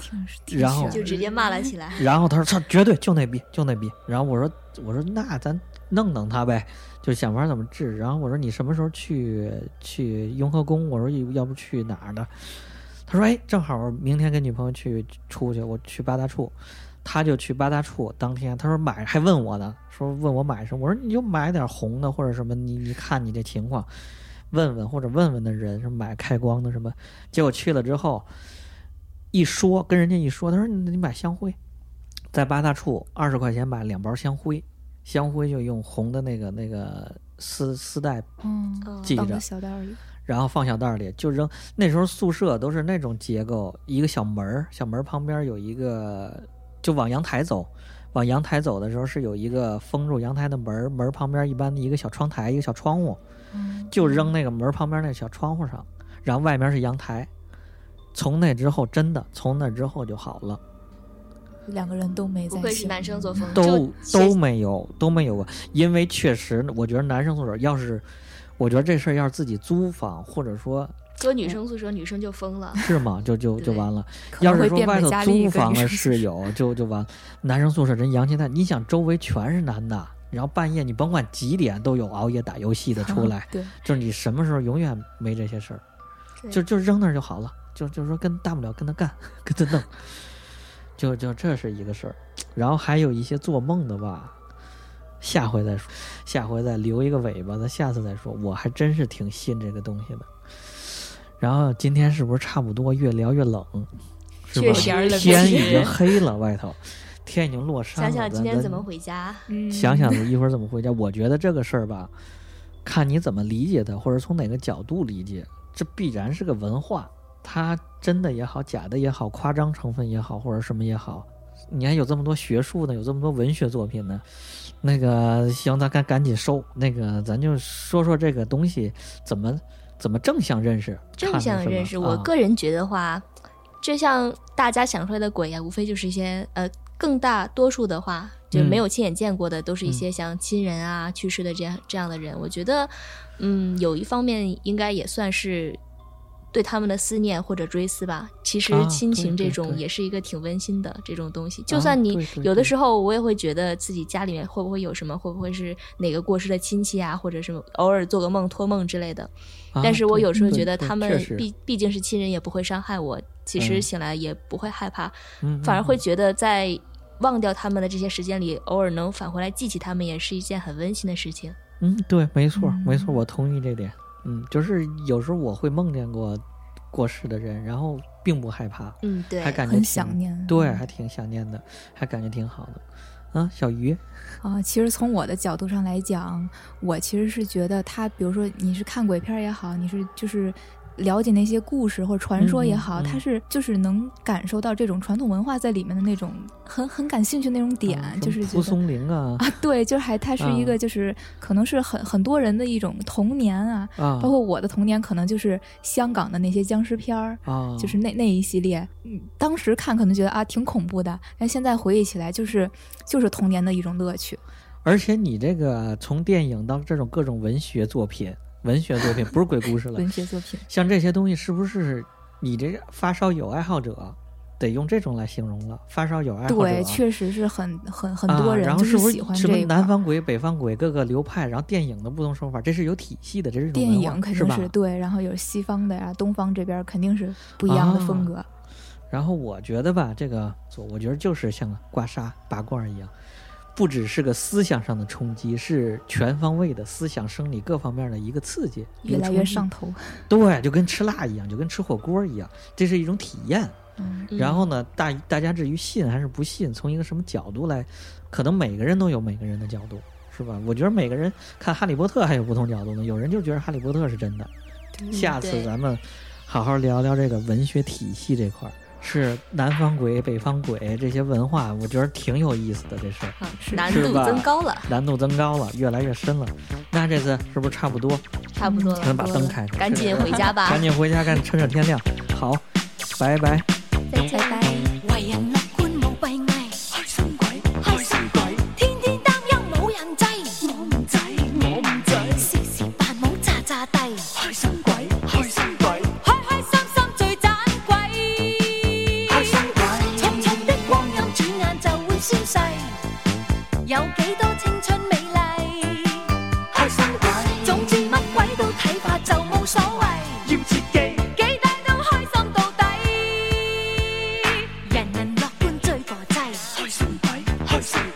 挺挺然后悬就直接骂了起来，然后他说：“操，绝对就那逼，就那逼。”然后我说：“我说那咱弄弄他呗，就想法怎么治。”然后我说：“你什么时候去去雍和宫？”我说：“要不去哪儿呢？”他说：“哎，正好明天跟女朋友去出去，我去八大处。”他就去八大处，当天他说买还问我呢，说问我买什么，我说你就买点红的或者什么，你你看你这情况，问问或者问问那人是买开光的什么，结果去了之后，一说跟人家一说，他说你你买香灰，在八大处二十块钱买两包香灰，香灰就用红的那个那个丝丝带嗯哦记当着个小道理，然后放小袋儿里就扔。那时候宿舍都是那种结构，一个小门儿，小门儿旁边有一个，就往阳台走。往阳台走的时候是有一个封住阳台的门儿，门儿旁边一般一个小窗台，一个小窗户，嗯就扔那个门儿旁边那小窗户上，然后外面是阳台。从那之后，真的从那之后就好了。两个人都没在不一愧起。是男生作风，都就都没有都没有过，因为确实，我觉得男生宿舍要是，我觉得这事儿要是自己租房，或者说搁女嗯生宿舍，女生就疯了。是吗？就就就对完了。可能要是会说变外本头加厉租跟房女的生室 友，就就完。男生宿舍人阳气太，你想周围全是男的，然后半夜你甭管几点都有熬夜打游戏的 出来，对，就是你什么时候永远没这些事儿，就就扔那儿就好了，就就说跟大不了跟他干， 跟他弄，就就这是一个事儿。然后还有一些做梦的吧，下回再说，下回再留一个尾巴，咱下次再说。我还真是挺信这个东西的。然后今天是不是差不多越聊越冷？是吧确实冷天确已经实黑了，外头天已经落山了。想想今咱天咱怎么回家，嗯想想一会儿怎么回家。我觉得这个事儿吧，看你怎么理解它，或者从哪个角度理解，这必然是个文化，它真的也好，假的也好，夸张成分也好，或者什么也好。你还有这么多学术呢，有这么多文学作品呢，那个行，咱赶赶紧收。那个，咱就说说这个东西怎么怎么正向认识，正看向是吧认识。我啊个人觉得话，这像大家想出来的鬼呀、无非就是一些呃，更大多数的话，就嗯没有亲眼见过的，都是一些像亲人啊、去世的这样这样的人。我觉得，嗯，有一方面应该也算是。对他们的思念或者追思吧，其实啊亲情对对这种对也是一个挺温馨的这种东西。啊就算你对对有的对时候，我也会觉得自己家里面会不会有什么，会不会是哪个过世的亲戚啊，或者什么，偶尔做个梦、托梦之类的。啊但是我对有时候对觉得对他确们实毕毕竟是亲人，也不会伤害我。其实嗯醒来也不会害怕，嗯反而嗯会嗯觉得在忘掉他们的这些时间里，偶尔能返回来记起他们，也是一件很温馨的事情。嗯，对，没错，没错，嗯我同意这点。嗯，就是有时候我会梦见过过世的人，然后并不害怕，嗯，对还感觉很挺想，念。嗯对，还挺想念的，还感觉挺好的。啊，小鱼，啊、其实从我的角度上来讲，我其实是觉得他，比如说你是看鬼片儿也好，你是就是了解那些故事或者传说也好，嗯嗯嗯他是就是能感受到这种传统文化在里面的那种很很感兴趣那种点，啊什就是么觉蒲得松龄啊啊，对，就是还它是一啊个就是、可能是很很多人的一种童年啊，啊，包括我的童年可能就是香港的那些僵尸片儿。啊，就是那那一系列，嗯，当时看可能觉得啊挺恐怖的，但现在回忆起来就是就是童年的一种乐趣。而且你这个从电影到这种各种文学作品，文学作品不是鬼故 事了，文学作品，像这些东西是不是你这个发烧友爱好者得用这种来形容了？发烧友爱好者，对，确实是很很很多啊、人然后就是不喜欢什这么一块南儿。方鬼、北方鬼各个流派，然后电影的不同手法，这是有体系的，这是一种电文影化肯是定吧是？对，然后有西方的呀，东方这边肯定是不一样的风啊格。然后我觉得吧，这个做我觉得就是像刮痧、拔罐一样，不只是个思想上的冲击，是全方位的思想、生理各方面的一个刺激，一越个来冲越击上。头，对，就跟吃辣一样，就跟吃火锅一样，这是一种体验。嗯，然后呢，大大家至于信还是不信，从一个什么角度来，可能每个人都有每个人的角度，是吧？我觉得每个人看《哈利波特》还有不同角度呢。有人就觉得《哈利波特》是真的。下次嗯对咱们好好聊聊这个文学体系这块儿，是南方鬼、北方鬼这些文化，我觉得挺有意思的这事儿，啊是难是度吧增高了，难度增高了，越来越深了。那这次是不是差不多？差不多了咱，把灯开开，赶紧回家吧赶。紧回家，赶紧趁着天亮。好，拜拜。再见。拜拜。为人乐观冇閉翳，開心鬼，開心鬼，天天擔憂冇人制，我唔制，我唔制，時時扮冇詐詐地，開心鬼，開心鬼，開開心心最盞鬼，開心鬼，重重的光陰轉眼就會消逝，有幾多青春美麗，開心鬼，總之乜鬼都睇法就冇所謂，要切記，幾大都開心到底。人人樂觀追個劑，開心鬼，開心